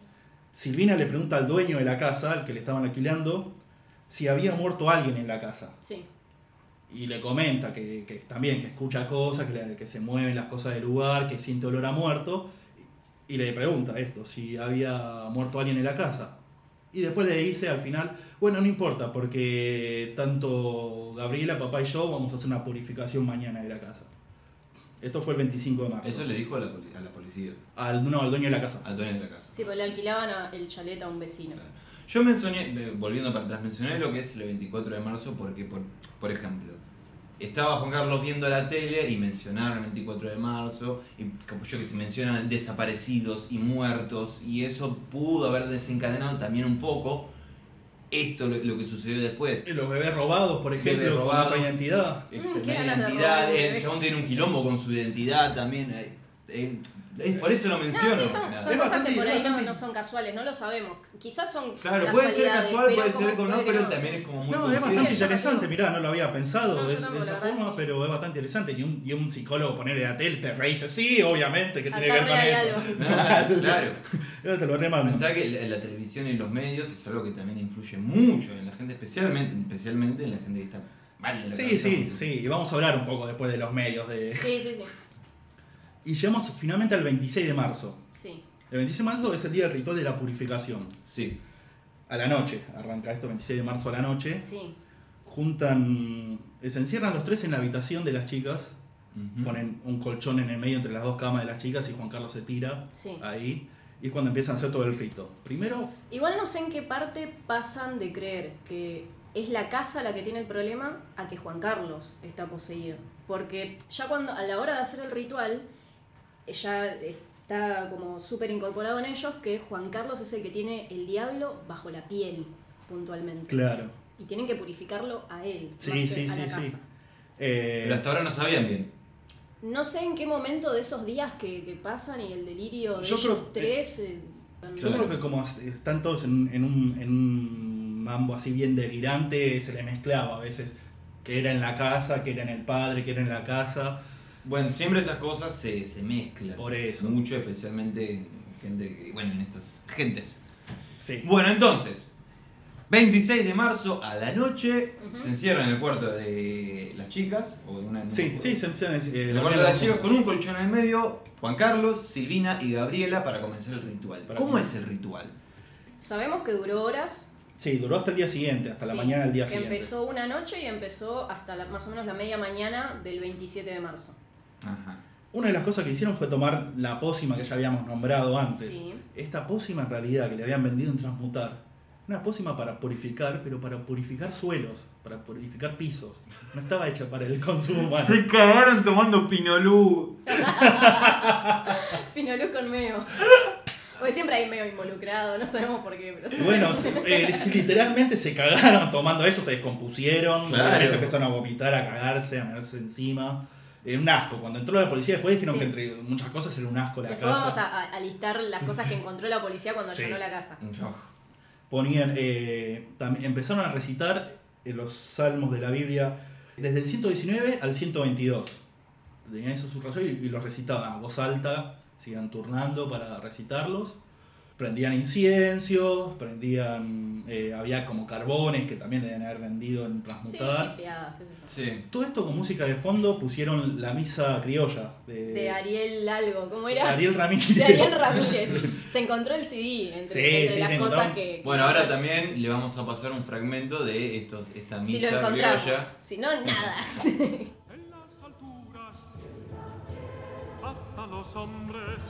[SPEAKER 2] Silvina le pregunta al dueño de la casa, al que le estaban alquilando, si había muerto alguien en la casa.
[SPEAKER 3] Sí.
[SPEAKER 2] Y le comenta que, que también, que escucha cosas, que, le- que se mueven las cosas del lugar, que siente olor a muerto. Y le pregunta esto, si había muerto alguien en la casa. Y después le dice al final, bueno, no importa, porque tanto Gabriela, papá y yo vamos a hacer una purificación mañana de la casa. Esto fue el 25 de marzo.
[SPEAKER 4] Eso le dijo a la, poli- a la policía,
[SPEAKER 2] Al, no, al dueño de la casa.
[SPEAKER 4] al dueño de la casa.
[SPEAKER 3] Sí, pues le alquilaban a- el chalet a un vecino.
[SPEAKER 4] Yo mencioné, eh, volviendo para atrás, mencioné lo que es el 24 de marzo porque, por, por ejemplo, estaba Juan Carlos viendo la tele y mencionaron el 24 de marzo, y como yo que se mencionan desaparecidos y muertos, y eso pudo haber desencadenado también un poco esto, lo, lo que sucedió después.
[SPEAKER 2] Eh, Los bebés robados, por
[SPEAKER 4] Bebés
[SPEAKER 2] ejemplo, con
[SPEAKER 4] robados.
[SPEAKER 2] otra identidad.
[SPEAKER 3] Mm, qué
[SPEAKER 4] la
[SPEAKER 3] ganas de
[SPEAKER 4] identidad,
[SPEAKER 3] robar un
[SPEAKER 4] el
[SPEAKER 3] bebé.
[SPEAKER 4] chabón tiene un quilombo con su identidad también. eh, eh, es por eso lo
[SPEAKER 3] No,
[SPEAKER 4] menciono.
[SPEAKER 3] sí, son,
[SPEAKER 4] nada.
[SPEAKER 3] son
[SPEAKER 2] Es
[SPEAKER 3] cosas
[SPEAKER 2] bastante-
[SPEAKER 3] que por
[SPEAKER 2] es
[SPEAKER 3] ahí no,
[SPEAKER 2] bastante-
[SPEAKER 3] no son casuales, no lo sabemos. Quizás son.
[SPEAKER 4] Claro, puede ser
[SPEAKER 3] casualidades,
[SPEAKER 4] casual,
[SPEAKER 3] pero
[SPEAKER 4] puede
[SPEAKER 3] como
[SPEAKER 4] ser con no,
[SPEAKER 3] puede que
[SPEAKER 4] pero también es como muy
[SPEAKER 2] No, es
[SPEAKER 4] coincidencia.
[SPEAKER 2] bastante
[SPEAKER 3] Sí, yo
[SPEAKER 2] interesante,
[SPEAKER 3] también.
[SPEAKER 2] mirá, no lo había pensado
[SPEAKER 3] No,
[SPEAKER 2] de,
[SPEAKER 3] yo
[SPEAKER 2] de
[SPEAKER 3] tampoco,
[SPEAKER 2] esa
[SPEAKER 3] la verdad,
[SPEAKER 2] forma,
[SPEAKER 3] sí.
[SPEAKER 2] pero es bastante interesante. Y un, y un psicólogo ponerle a tele te reíste, sí, obviamente, que tiene que
[SPEAKER 3] Acá
[SPEAKER 2] ver con
[SPEAKER 3] re hay
[SPEAKER 2] eso.
[SPEAKER 3] algo.
[SPEAKER 4] Claro, claro.
[SPEAKER 2] Yo te lo remando.
[SPEAKER 4] Pensá que la, la televisión y los medios es algo que también influye mucho en la gente, especialmente, especialmente en la gente que está mal de la
[SPEAKER 2] Sí,
[SPEAKER 4] cabeza,
[SPEAKER 2] sí,
[SPEAKER 4] porque-
[SPEAKER 2] sí. Y vamos a hablar un poco después de los medios. de
[SPEAKER 3] Sí, sí, sí.
[SPEAKER 2] Y llegamos finalmente al 26 de marzo.
[SPEAKER 3] sí.
[SPEAKER 2] El 26 de marzo es el día del ritual de la purificación.
[SPEAKER 4] Sí.
[SPEAKER 2] A la noche, arranca esto 26 de marzo a la noche.
[SPEAKER 3] Sí,
[SPEAKER 2] Juntan, eh, se encierran los tres en la habitación de las chicas.
[SPEAKER 4] Ujú.
[SPEAKER 2] Ponen un colchón en el medio entre las dos camas de las chicas y Juan Carlos se tira
[SPEAKER 3] sí.
[SPEAKER 2] ahí. Y es cuando empiezan a hacer todo el rito. Primero,
[SPEAKER 3] Igual no sé en qué parte pasan de creer que es la casa la que tiene el problema a que Juan Carlos está poseído. Porque ya cuando, a la hora de hacer el ritual, ya está como súper incorporado en ellos que Juan Carlos es el que tiene el diablo bajo la piel, puntualmente.
[SPEAKER 2] claro.
[SPEAKER 3] Y tienen que purificarlo a él.
[SPEAKER 2] Sí,
[SPEAKER 3] más que
[SPEAKER 2] sí,
[SPEAKER 3] a
[SPEAKER 2] sí,
[SPEAKER 3] la
[SPEAKER 2] sí.
[SPEAKER 3] casa.
[SPEAKER 2] Eh,
[SPEAKER 4] Pero hasta ahora no sabían bien.
[SPEAKER 3] No sé en qué momento de esos días que, que pasan y el delirio de
[SPEAKER 2] Yo
[SPEAKER 3] ellos
[SPEAKER 2] creo-
[SPEAKER 3] tres. eh,
[SPEAKER 2] Yo creo que como as- están todos en, en un, en un mambo así bien delirante, se le mezclaba a veces que era en la casa, que era en el padre, que era en la casa.
[SPEAKER 4] Bueno, siempre esas cosas se, se mezclan.
[SPEAKER 2] Por eso.
[SPEAKER 4] Mucho, especialmente gente que. Bueno, en estas gentes.
[SPEAKER 2] Sí.
[SPEAKER 4] Bueno, entonces. 26 de marzo a la noche
[SPEAKER 3] Ujú.
[SPEAKER 4] se encierran en el cuarto de las chicas o de una no me
[SPEAKER 2] Sí,
[SPEAKER 4] acuerdo.
[SPEAKER 2] sí, se empiezan a decir, eh,
[SPEAKER 4] En el cuarto de las chicas con un colchón en el medio, Juan Carlos, Silvina y Gabriela para comenzar el ritual.
[SPEAKER 2] Para
[SPEAKER 4] ¿Cómo
[SPEAKER 2] comenzar.
[SPEAKER 4] es el ritual?
[SPEAKER 3] Sabemos que duró horas,
[SPEAKER 2] Sí, duró hasta el día siguiente, hasta la
[SPEAKER 3] Sí,
[SPEAKER 2] mañana del día
[SPEAKER 3] que
[SPEAKER 2] siguiente.
[SPEAKER 3] Empezó una noche y empezó hasta la- más o menos la media mañana del 27 de marzo.
[SPEAKER 4] Ajá.
[SPEAKER 2] Una de las cosas que hicieron fue tomar la pócima que ya habíamos nombrado antes.
[SPEAKER 3] Sí.
[SPEAKER 2] Esta pócima en realidad que le habían vendido en Transmutar. Una pócima para purificar, pero para purificar suelos, para purificar pisos. No estaba hecha para el consumo humano.
[SPEAKER 4] cagaron tomando pinolú.
[SPEAKER 3] Finoluz con meo. Porque siempre hay meo involucrado, no sabemos por qué, pero siempre-
[SPEAKER 2] Bueno, se- eh, si literalmente se cagaron tomando eso, se descompusieron,
[SPEAKER 4] Claro.
[SPEAKER 2] seguramente empezaron a vomitar, a cagarse, a meterse encima. Era un asco. Cuando entró la policía, después dijeron
[SPEAKER 3] Sí.
[SPEAKER 2] que entre muchas cosas era un asco la
[SPEAKER 3] Después vamos
[SPEAKER 2] casa.
[SPEAKER 3] a, a- a listar las cosas que encontró la policía cuando
[SPEAKER 2] Sí.
[SPEAKER 3] llenó la casa.
[SPEAKER 2] Ponían, eh, tam- empezaron a recitar eh, los salmos de la Biblia desde el 119 al 122. Tenían eso subrayado y, y los recitaban a voz alta, se iban turnando para recitarlos. Prendían inciensos, prendían. eh, había como carbones que también debían haber vendido en
[SPEAKER 3] Sí,
[SPEAKER 2] Transmutar.
[SPEAKER 3] hipeadas, qué sé yo.
[SPEAKER 4] Sí.
[SPEAKER 2] Todo esto con música de fondo pusieron la misa criolla de,
[SPEAKER 3] De Ariel algo, ¿cómo era?
[SPEAKER 2] Ariel Ramírez.
[SPEAKER 3] De Ariel Ramírez. Se encontró el CD entre,
[SPEAKER 2] Sí,
[SPEAKER 3] entre
[SPEAKER 2] sí,
[SPEAKER 3] las
[SPEAKER 2] se
[SPEAKER 3] cosas
[SPEAKER 2] encontraron.
[SPEAKER 3] que.
[SPEAKER 4] Bueno, ahora también le vamos a pasar un fragmento de estos, esta misa
[SPEAKER 3] Si lo encontramos.
[SPEAKER 4] criolla.
[SPEAKER 3] Si no, nada.
[SPEAKER 5] en las alturas. Paz a los hombres,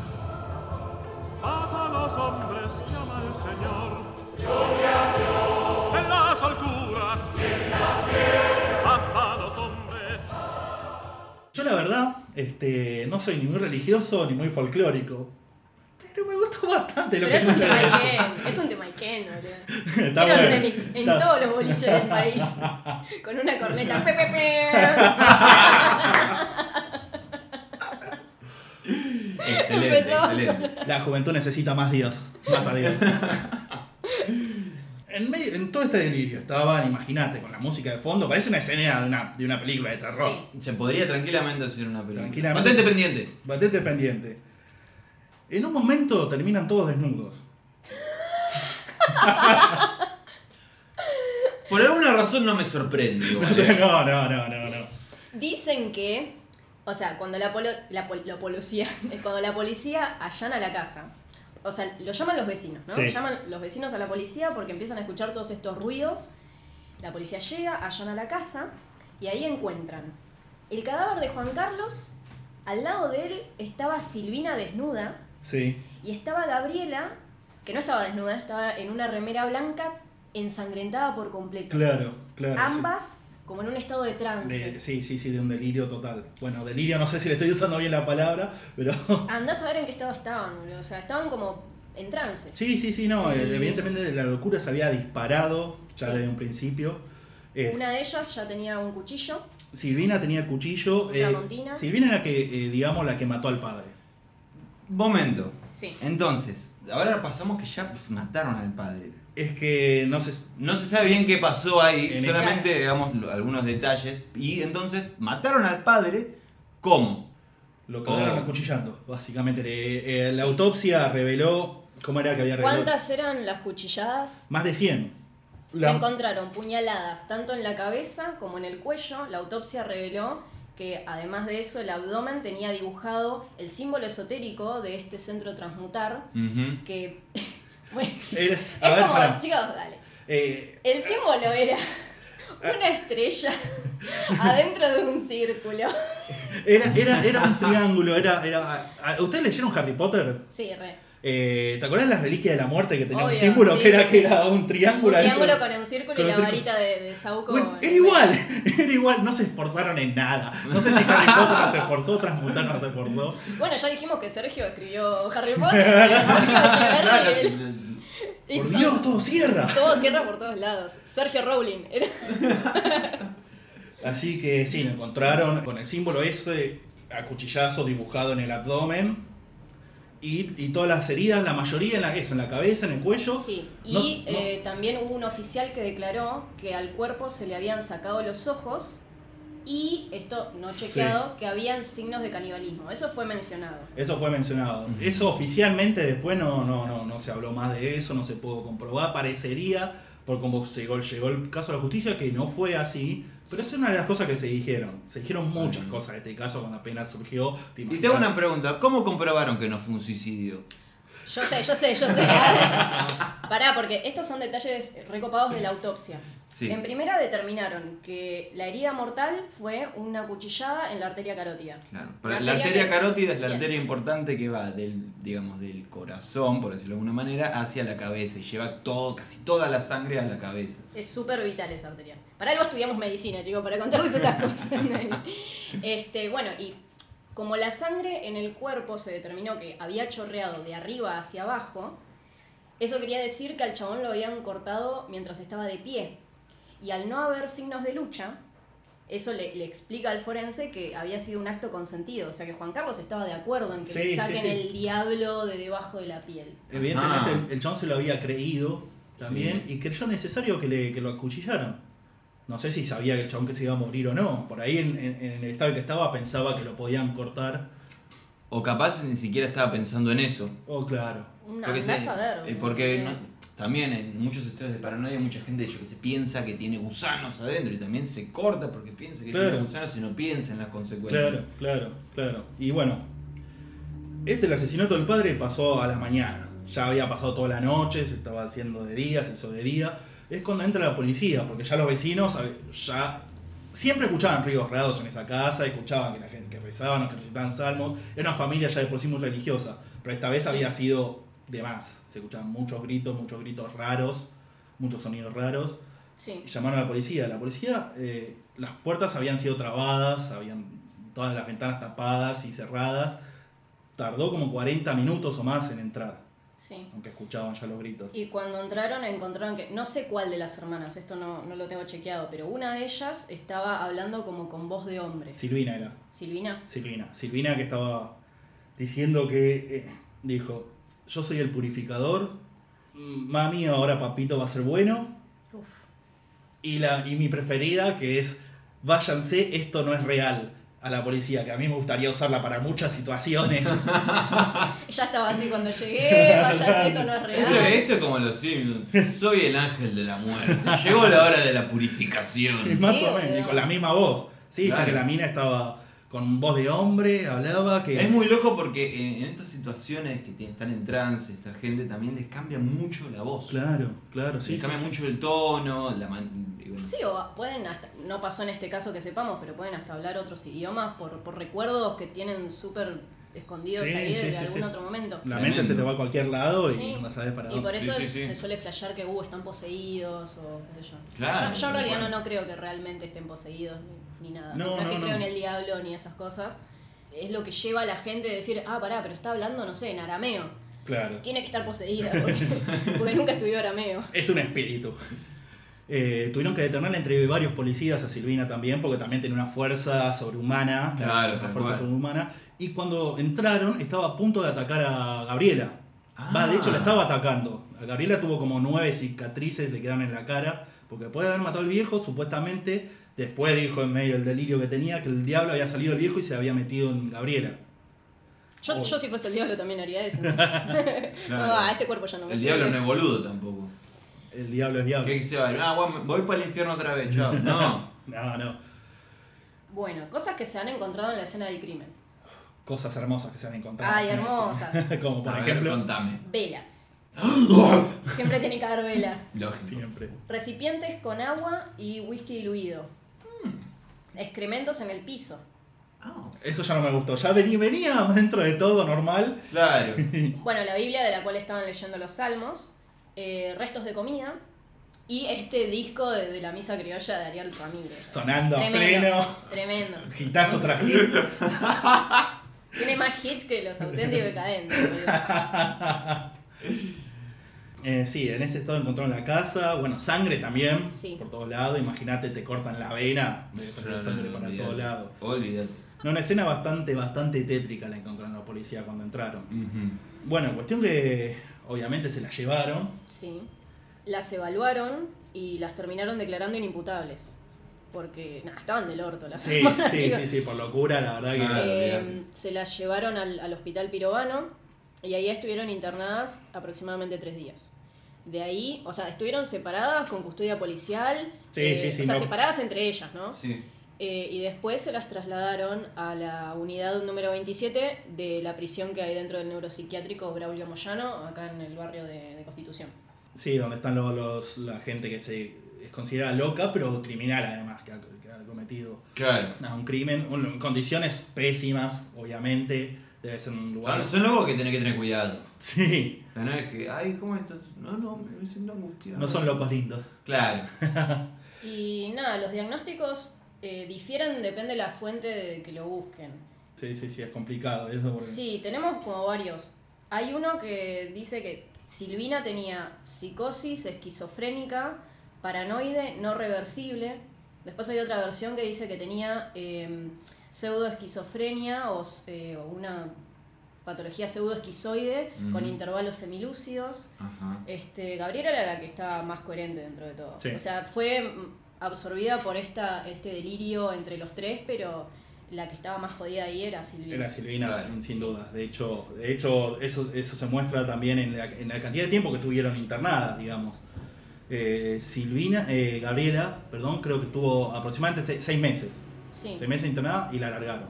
[SPEAKER 5] paz a los hombres, llama el Señor. Gloria a Dios. En las alturas, en la tierra, paz a los hombres.
[SPEAKER 2] Yo la verdad, este, no soy ni muy religioso ni muy folclórico. Pero me gustó bastante lo
[SPEAKER 3] Pero
[SPEAKER 2] que
[SPEAKER 3] es un
[SPEAKER 2] escuché.
[SPEAKER 3] Jamaiquén, es un Jamaiquén, boludo.
[SPEAKER 2] Está
[SPEAKER 3] Quiero
[SPEAKER 2] bueno,
[SPEAKER 3] un remix en
[SPEAKER 2] está-
[SPEAKER 3] todos los boliches del país. Con una corneta. Pe, pe, pe.
[SPEAKER 4] Excelente,
[SPEAKER 3] Empezó.
[SPEAKER 4] excelente.
[SPEAKER 2] La juventud necesita más Dios, más a Dios. En, medio- en todo este delirio estaban, imagínate, con la música de fondo, parece una escena de una, de una película de terror.
[SPEAKER 3] Sí.
[SPEAKER 4] Se podría tranquilamente hacer una película.
[SPEAKER 2] Tranquilamente.
[SPEAKER 4] Mantente pendiente.
[SPEAKER 2] Bastante pendiente. En un momento terminan todos desnudos.
[SPEAKER 4] Por alguna razón no me sorprende. igual, eh.
[SPEAKER 2] No, no, no, no, no.
[SPEAKER 3] Dicen que. O sea, cuando la, polo- la, pol- la policía. Cuando la policía allana la casa. O sea, lo llaman los vecinos, ¿no?
[SPEAKER 2] Sí.
[SPEAKER 3] Llaman los vecinos a la policía porque empiezan a escuchar todos estos ruidos. La policía llega, allana la casa y ahí encuentran el cadáver de Juan Carlos. Al lado de él estaba Silvina desnuda.
[SPEAKER 2] Sí.
[SPEAKER 3] Y estaba Gabriela, que no estaba desnuda, estaba en una remera blanca ensangrentada por completo.
[SPEAKER 2] Claro, claro. sí.
[SPEAKER 3] Ambas como en un estado de trance.
[SPEAKER 2] De- sí, sí, sí, de un delirio total. Bueno, delirio no sé si le estoy usando bien la palabra, pero...
[SPEAKER 3] Andás a ver en qué estado estaban, boludo. O sea, estaban como en trance.
[SPEAKER 2] Sí, sí, sí, no,
[SPEAKER 3] Y-
[SPEAKER 2] eh, evidentemente la locura se había disparado ya
[SPEAKER 3] Sí.
[SPEAKER 2] desde un principio. Eh,
[SPEAKER 3] Una de ellas ya tenía un cuchillo.
[SPEAKER 2] Silvina tenía el cuchillo.
[SPEAKER 3] Tramontina.
[SPEAKER 2] eh, Silvina era que, eh, digamos, la que mató al padre.
[SPEAKER 4] Momento.
[SPEAKER 3] Sí.
[SPEAKER 2] Ah,
[SPEAKER 4] Entonces, ahora pasamos que ya pues, mataron al padre.
[SPEAKER 2] Es que no sé.
[SPEAKER 4] No se sabe bien qué pasó ahí,
[SPEAKER 2] En
[SPEAKER 4] solamente digamos lo- algunos detalles. Y entonces mataron al padre, ¿cómo?
[SPEAKER 2] Lo cagaron
[SPEAKER 4] Oh.
[SPEAKER 2] acuchillando, básicamente. Le- eh, la autopsia reveló cómo era que había revelado.
[SPEAKER 3] ¿Cuántas eran las cuchilladas?
[SPEAKER 2] Más de 100.
[SPEAKER 3] Se encontraron puñaladas tanto en la cabeza como en el cuello. La autopsia reveló que además de eso el abdomen tenía dibujado el símbolo esotérico de este centro transmutar
[SPEAKER 4] Ujú.
[SPEAKER 3] que... bueno,
[SPEAKER 2] Eres-
[SPEAKER 3] es
[SPEAKER 2] a ver,
[SPEAKER 3] como,
[SPEAKER 2] pará.
[SPEAKER 3] chicos, dale.
[SPEAKER 2] Eh,
[SPEAKER 3] El símbolo era una estrella adentro de un círculo.
[SPEAKER 2] era, era, era un triángulo, era, era. a- ¿Ustedes leyeron Harry Potter?
[SPEAKER 3] Sí, re.
[SPEAKER 2] Eh, ¿Te acuerdas de las reliquias de la muerte que tenía
[SPEAKER 3] Obvio,
[SPEAKER 2] un símbolo?
[SPEAKER 3] sí,
[SPEAKER 2] que, era,
[SPEAKER 3] sí,
[SPEAKER 2] que
[SPEAKER 3] sí.
[SPEAKER 2] era un
[SPEAKER 3] Un
[SPEAKER 2] triángulo.
[SPEAKER 3] triángulo
[SPEAKER 2] adentro?
[SPEAKER 3] con un círculo
[SPEAKER 2] con
[SPEAKER 3] y
[SPEAKER 2] un
[SPEAKER 3] la
[SPEAKER 2] círculo.
[SPEAKER 3] varita de, de Sauco.
[SPEAKER 2] Bueno, era
[SPEAKER 3] en el medio.
[SPEAKER 2] igual, era igual, no se esforzaron en nada. No sé si Harry Potter no se esforzó, Transmutar no se esforzó.
[SPEAKER 3] Bueno, ya dijimos que Sergio escribió Harry Potter. Sergio
[SPEAKER 4] Claro,
[SPEAKER 3] Echeverri,
[SPEAKER 4] sí,
[SPEAKER 3] el-
[SPEAKER 2] Por
[SPEAKER 3] It's-
[SPEAKER 2] Dios, todo cierra.
[SPEAKER 3] Todo cierra por todos lados. Sergio Rowling. Era-
[SPEAKER 2] Así que sí, lo encontraron con el símbolo ese a cuchillazo dibujado en el abdomen. Y, y todas las heridas, la mayoría en la, eso, en la cabeza, en el cuello.
[SPEAKER 3] Sí,
[SPEAKER 2] No,
[SPEAKER 3] y
[SPEAKER 2] no.
[SPEAKER 3] eh, también hubo un oficial que declaró que al cuerpo se le habían sacado los ojos y, esto no chequeado, que habían signos de canibalismo. Eso fue mencionado.
[SPEAKER 2] Eso fue mencionado. Eso oficialmente después no, no, no, no se habló más de eso, no se pudo comprobar. Parecería, por como llegó, llegó el caso a la justicia, que no fue así. Pero es una de las cosas que se dijeron. Se dijeron muchas cosas de este caso cuando apenas surgió. ¿Te
[SPEAKER 4] Y te hago
[SPEAKER 2] imaginas?
[SPEAKER 4] una pregunta, ¿cómo comprobaron que no fue un suicidio?
[SPEAKER 3] Yo sé, yo sé, yo sé. Pará, porque estos son detalles recopados de la autopsia.
[SPEAKER 4] Sí.
[SPEAKER 3] En primera determinaron que la herida mortal fue una cuchillada en la arteria carótida.
[SPEAKER 4] Claro.
[SPEAKER 3] La
[SPEAKER 4] Pero la,
[SPEAKER 3] arteria
[SPEAKER 4] arteria
[SPEAKER 3] que-
[SPEAKER 4] carótida es la
[SPEAKER 3] Bien.
[SPEAKER 4] arteria importante que va del, digamos, del corazón, por decirlo de alguna manera, hacia la cabeza y lleva todo, casi toda la sangre a la cabeza.
[SPEAKER 3] Es súper vital esa arteria. Para algo estudiamos medicina, chicos, para contarles estas cosas. este, bueno, y como la sangre en el cuerpo se determinó que había chorreado de arriba hacia abajo, eso quería decir que al chabón lo habían cortado mientras estaba de pie. Y al no haber signos de lucha, eso le, le explica al forense que había sido un acto consentido. O sea que Juan Carlos estaba de acuerdo en que
[SPEAKER 2] Sí, sí,
[SPEAKER 3] le saquen
[SPEAKER 2] sí.
[SPEAKER 3] el diablo de debajo de la piel.
[SPEAKER 2] Evidentemente
[SPEAKER 4] Ah.
[SPEAKER 2] el, el chabón se lo había creído también y creyó necesario que, le, que lo acuchillaran. No sé si sabía que el chabón que se iba a morir o no. Por ahí en, en- en el estado en que estaba pensaba que lo podían cortar.
[SPEAKER 4] O capaz ni siquiera estaba pensando en eso.
[SPEAKER 2] Oh, claro.
[SPEAKER 3] Una
[SPEAKER 4] Porque
[SPEAKER 3] andá a
[SPEAKER 4] se-
[SPEAKER 3] saber,
[SPEAKER 4] eh,
[SPEAKER 3] ¿no?
[SPEAKER 4] porque no- también en muchos estados de paranoia mucha gente yo que se piensa que tiene gusanos adentro y también se corta porque piensa que
[SPEAKER 2] Claro.
[SPEAKER 4] tiene gusanos y no piensa en las consecuencias.
[SPEAKER 2] Claro, claro, claro. Y bueno, este el asesinato del padre pasó a la mañana. Ya había pasado toda la noche, se estaba haciendo de día, se hizo de día. Es cuando entra la policía, porque ya los vecinos a- ya siempre escuchaban ruidos raros en esa casa, escuchaban que la gente que rezaban o que recitaban salmos. Era una familia ya de por sí muy religiosa, pero esta vez había sido de más. Se escuchaban muchos gritos, muchos gritos raros, muchos sonidos raros.
[SPEAKER 3] Sí.
[SPEAKER 2] Y llamaron a la policía. La policía, eh, las puertas habían sido trabadas, habían todas las ventanas tapadas y cerradas. Tardó como 40 minutos o más en entrar,
[SPEAKER 3] Sí.
[SPEAKER 2] aunque escuchaban ya los gritos.
[SPEAKER 3] Y cuando entraron encontraron que, no sé cuál de las hermanas, esto no, no lo tengo chequeado, pero una de ellas estaba hablando como con voz de hombre.
[SPEAKER 2] Silvina era,
[SPEAKER 3] Silvina.
[SPEAKER 2] Silvina. Silvina que estaba diciendo que, eh, dijo, yo soy el purificador, mm, mami, ahora papito va a ser bueno.
[SPEAKER 3] Uf.
[SPEAKER 2] Y, la, y mi preferida que es, váyanse, esto no es real. A la policía, que a mí me gustaría usarla para muchas situaciones.
[SPEAKER 3] Ella estaba así cuando llegué, vaya, esto no es
[SPEAKER 4] Esto,
[SPEAKER 3] real.
[SPEAKER 4] esto es como los Simpsons. Soy el ángel de la muerte. Llegó la hora de la purificación.
[SPEAKER 2] Es más
[SPEAKER 3] Sí,
[SPEAKER 2] o menos,
[SPEAKER 3] boludo.
[SPEAKER 2] y con la misma voz. Sí, dice
[SPEAKER 4] Claro.
[SPEAKER 2] que la mina estaba con voz de hombre, hablaba, que...
[SPEAKER 4] Es muy loco porque en, en estas situaciones que tienen- están en trance, esta gente también les cambia mucho la voz.
[SPEAKER 2] Claro, claro, sí.
[SPEAKER 4] les
[SPEAKER 2] sí,
[SPEAKER 4] cambia
[SPEAKER 2] sí.
[SPEAKER 4] mucho el tono, la man- y bueno,
[SPEAKER 3] Sí, o pueden hasta, no pasó en este caso que sepamos, pero pueden hasta hablar otros idiomas por, por recuerdos que tienen súper escondidos
[SPEAKER 2] Sí,
[SPEAKER 3] ahí
[SPEAKER 2] sí,
[SPEAKER 3] de
[SPEAKER 2] sí,
[SPEAKER 3] algún
[SPEAKER 2] sí.
[SPEAKER 3] otro momento.
[SPEAKER 2] La
[SPEAKER 4] Tremendo.
[SPEAKER 2] mente se te va a cualquier lado y
[SPEAKER 3] Sí.
[SPEAKER 2] no sabes para
[SPEAKER 3] Y por
[SPEAKER 2] dónde.
[SPEAKER 4] Sí,
[SPEAKER 3] eso
[SPEAKER 4] sí, sí.
[SPEAKER 3] se suele flashear que, uh, están poseídos o qué sé yo.
[SPEAKER 4] Claro,
[SPEAKER 3] yo, yo en realidad
[SPEAKER 4] bueno.
[SPEAKER 3] no, no creo que realmente estén poseídos ni, ni nada.
[SPEAKER 2] No,
[SPEAKER 3] es
[SPEAKER 2] no,
[SPEAKER 3] que
[SPEAKER 2] no.
[SPEAKER 3] creo en el diablo ni esas cosas. Es lo que lleva a la gente a decir, ah, pará, pero está hablando, no sé, en arameo.
[SPEAKER 2] Claro.
[SPEAKER 3] Tiene que estar poseída porque, porque nunca estudió arameo.
[SPEAKER 2] Es un espíritu. Eh, tuvieron que detenerla entre varios policías a Silvina también, porque también tenía una fuerza sobrehumana.
[SPEAKER 4] Claro,
[SPEAKER 2] una
[SPEAKER 4] tal
[SPEAKER 2] fuerza
[SPEAKER 4] cual.
[SPEAKER 2] sobrehumana. Y cuando entraron, estaba a punto de atacar a Gabriela. Va, de hecho,
[SPEAKER 4] Ah.
[SPEAKER 2] la estaba atacando. A Gabriela tuvo como nueve cicatrices, le quedaron en la cara, porque después de haber matado al viejo, supuestamente, después dijo en medio del delirio que tenía que el diablo había salido del viejo y se había metido en Gabriela.
[SPEAKER 3] Yo,
[SPEAKER 2] Oh.
[SPEAKER 3] yo si fuese el diablo también haría eso.
[SPEAKER 4] Claro.
[SPEAKER 3] No, ah, este cuerpo ya no me
[SPEAKER 4] El
[SPEAKER 3] sirve.
[SPEAKER 4] diablo no es boludo tampoco.
[SPEAKER 2] El diablo es diablo.
[SPEAKER 4] ¿Qué se va? Ah, bueno, voy para el infierno otra vez, chao. No.
[SPEAKER 2] No, no.
[SPEAKER 3] Bueno, cosas que se han encontrado en la escena del crimen.
[SPEAKER 2] Cosas hermosas que se han encontrado.
[SPEAKER 3] Ay,
[SPEAKER 2] Sí.
[SPEAKER 3] hermosas.
[SPEAKER 2] como por
[SPEAKER 4] A ver,
[SPEAKER 2] ejemplo.
[SPEAKER 4] contame.
[SPEAKER 3] Velas. Siempre tiene que haber velas.
[SPEAKER 4] Lógico.
[SPEAKER 2] Siempre.
[SPEAKER 3] Recipientes con agua y whisky diluido.
[SPEAKER 2] Hmm.
[SPEAKER 3] Excrementos en el piso.
[SPEAKER 4] Ah,
[SPEAKER 2] Eso ya no me gustó. Ya venía, venía dentro de todo normal.
[SPEAKER 4] claro.
[SPEAKER 3] Bueno, la Biblia de la cual estaban leyendo los salmos. eh, restos de comida. Y este disco de, de la misa criolla de Ariel Ramírez.
[SPEAKER 2] Sonando a
[SPEAKER 3] Tremendo.
[SPEAKER 2] pleno.
[SPEAKER 3] Tremendo.
[SPEAKER 2] Gitazo tras hit.
[SPEAKER 3] Tiene más hits que los auténticos decadentes. boludo.
[SPEAKER 2] Eh, sí, en ese estado encontraron la casa, bueno, sangre también,
[SPEAKER 3] Sí.
[SPEAKER 2] por todos lados, imagínate, te cortan la vena, debe salir sangre para
[SPEAKER 4] olvidate.
[SPEAKER 2] todos lados.
[SPEAKER 4] Olvídate.
[SPEAKER 2] No, una escena bastante, bastante tétrica la encontraron los policías cuando entraron.
[SPEAKER 4] Ujú.
[SPEAKER 2] Bueno, cuestión que obviamente se la llevaron,
[SPEAKER 3] Sí. Las evaluaron y las terminaron declarando inimputables. Porque, nada, estaban del orto las
[SPEAKER 2] sí,
[SPEAKER 3] hermanas,
[SPEAKER 2] sí,
[SPEAKER 3] chicos.
[SPEAKER 2] sí, sí, por locura, la verdad que...
[SPEAKER 4] Claro.
[SPEAKER 3] Eh,
[SPEAKER 4] olvidate.
[SPEAKER 3] se las llevaron al, al hospital pirobano y ahí estuvieron internadas aproximadamente tres días. De ahí, o sea, estuvieron separadas con custodia policial.
[SPEAKER 2] Sí,
[SPEAKER 3] eh,
[SPEAKER 2] sí, sí,
[SPEAKER 3] O sea,
[SPEAKER 2] no.
[SPEAKER 3] separadas entre ellas, ¿no?
[SPEAKER 4] Sí.
[SPEAKER 3] Eh, y después se las trasladaron a la unidad número 27 de la prisión que hay dentro del neuropsiquiátrico Braulio Moyano, acá en el barrio de, de Constitución.
[SPEAKER 2] Sí, donde están los, los- la gente que se es considerada loca, pero criminal además, que ha, que ha cometido
[SPEAKER 4] Claro.
[SPEAKER 2] nada, un crimen, un- condiciones pésimas, obviamente, debe ser un lugar...
[SPEAKER 4] Son- Son locos que tenés que tener cuidado.
[SPEAKER 2] Sí,
[SPEAKER 4] O sea, no es que, ay, ¿cómo estás? No, no, me siento angustiado.
[SPEAKER 2] no son locos lindos.
[SPEAKER 4] Claro.
[SPEAKER 3] Y nada, los diagnósticos eh, difieren, depende de la fuente de que lo busquen.
[SPEAKER 2] Sí, sí, sí, es complicado eso. porque-
[SPEAKER 3] Sí, tenemos como varios. Hay uno que dice que Silvina tenía psicosis esquizofrénica, paranoide, no reversible. Después hay otra versión que dice que tenía eh, pseudoesquizofrenia o, s- eh, o una patología pseudoesquizoide con
[SPEAKER 4] Ujú.
[SPEAKER 3] intervalos semilúcidos.
[SPEAKER 4] Ajá.
[SPEAKER 3] Este, Gabriela era la que estaba más coherente dentro de todo.
[SPEAKER 2] Sí.
[SPEAKER 3] O sea, fue mm, absorbida por esta, este delirio entre los tres, pero la que estaba más jodida ahí era Silvina.
[SPEAKER 2] Era Silvina,
[SPEAKER 4] Claro.
[SPEAKER 2] sin, sin
[SPEAKER 3] Sí.
[SPEAKER 2] duda. De hecho, de hecho eso, eso se muestra también en la, en la cantidad de tiempo que estuvieron internadas, digamos. Eh, Silvina, eh, Gabriela, perdón, creo que estuvo aproximadamente se- seis meses.
[SPEAKER 3] Sí.
[SPEAKER 2] Seis meses internada y la alargaron.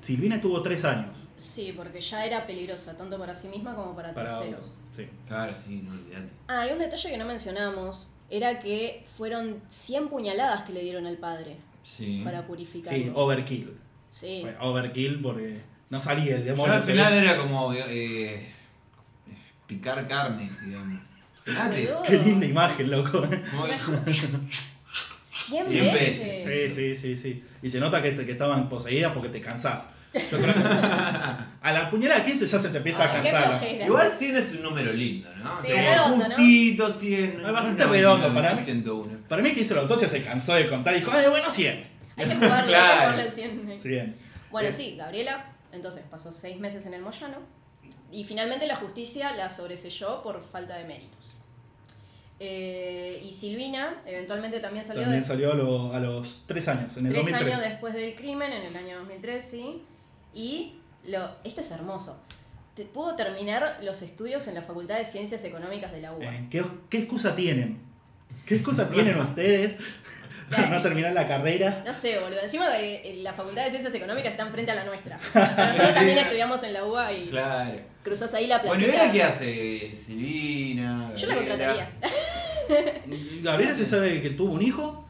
[SPEAKER 2] Silvina estuvo tres años
[SPEAKER 3] Sí, porque ya era peligrosa, tanto para sí misma como para,
[SPEAKER 2] para
[SPEAKER 3] terceros.
[SPEAKER 2] Sí.
[SPEAKER 4] Claro, sí, no olvidate.
[SPEAKER 3] Ah, y un detalle que no mencionamos era que fueron 100 puñaladas que le dieron al padre
[SPEAKER 4] ¿Mm? Sí.
[SPEAKER 3] para purificarlo.
[SPEAKER 2] Sí, oh, overkill.
[SPEAKER 3] Sí.
[SPEAKER 2] Fue overkill porque no salía el
[SPEAKER 4] Yo
[SPEAKER 2] demonio.
[SPEAKER 4] al final era como eh, picar carne, digamos. Fíjate.
[SPEAKER 3] Boludo.
[SPEAKER 2] Qué linda imagen, loco.
[SPEAKER 3] 100
[SPEAKER 4] Cien
[SPEAKER 2] Sí,
[SPEAKER 3] veces.
[SPEAKER 2] sí, sí, sí. Y se nota que, que estaban poseídas porque te cansás. Yo creo que a la puñalada 15 ya se te empieza a
[SPEAKER 4] Ah,
[SPEAKER 3] Qué
[SPEAKER 2] cansar.
[SPEAKER 3] flojera.
[SPEAKER 4] Igual 100 es un número lindo, ¿no?
[SPEAKER 3] Sí, redondo, ¿no?
[SPEAKER 4] justito 100.
[SPEAKER 2] Es bastante redondo, para mí.
[SPEAKER 4] 101.
[SPEAKER 2] Para mí que hizo la autopsia se cansó de contar y dijo, ay, bueno, 100.
[SPEAKER 3] Hay que jugarle, hay que
[SPEAKER 4] Claro.
[SPEAKER 3] jugarle al 100.
[SPEAKER 2] 100.
[SPEAKER 3] Bueno, sí, Gabriela, entonces pasó 6 meses en el Moyano y finalmente la justicia la sobreselló por falta de méritos. Eh, y Silvina eventualmente también salió
[SPEAKER 2] También
[SPEAKER 3] de-
[SPEAKER 2] salió a, lo- a los 3 años, en el
[SPEAKER 3] Tres
[SPEAKER 2] 2003.
[SPEAKER 3] años después del crimen, en el año 2003, sí. Y lo, esto es hermoso. Te- pudo terminar los estudios en la Facultad de Ciencias Económicas de la UBA.
[SPEAKER 2] Eh, ¿qué, qué excusa tienen? ¿Qué excusa tienen ustedes para no terminar la carrera?
[SPEAKER 3] No sé, boludo. Encima que eh, la Facultad de Ciencias Económicas está enfrente a la nuestra. O sea, nosotros también estudiamos en la UBA y
[SPEAKER 4] Claro.
[SPEAKER 3] cruzas ahí la
[SPEAKER 4] Bueno, ¿y ahora
[SPEAKER 3] placita.
[SPEAKER 4] qué hace Silvina?
[SPEAKER 3] Yo la
[SPEAKER 4] Gabriela?
[SPEAKER 3] contrataría.
[SPEAKER 2] Gabriela se sabe que tuvo un hijo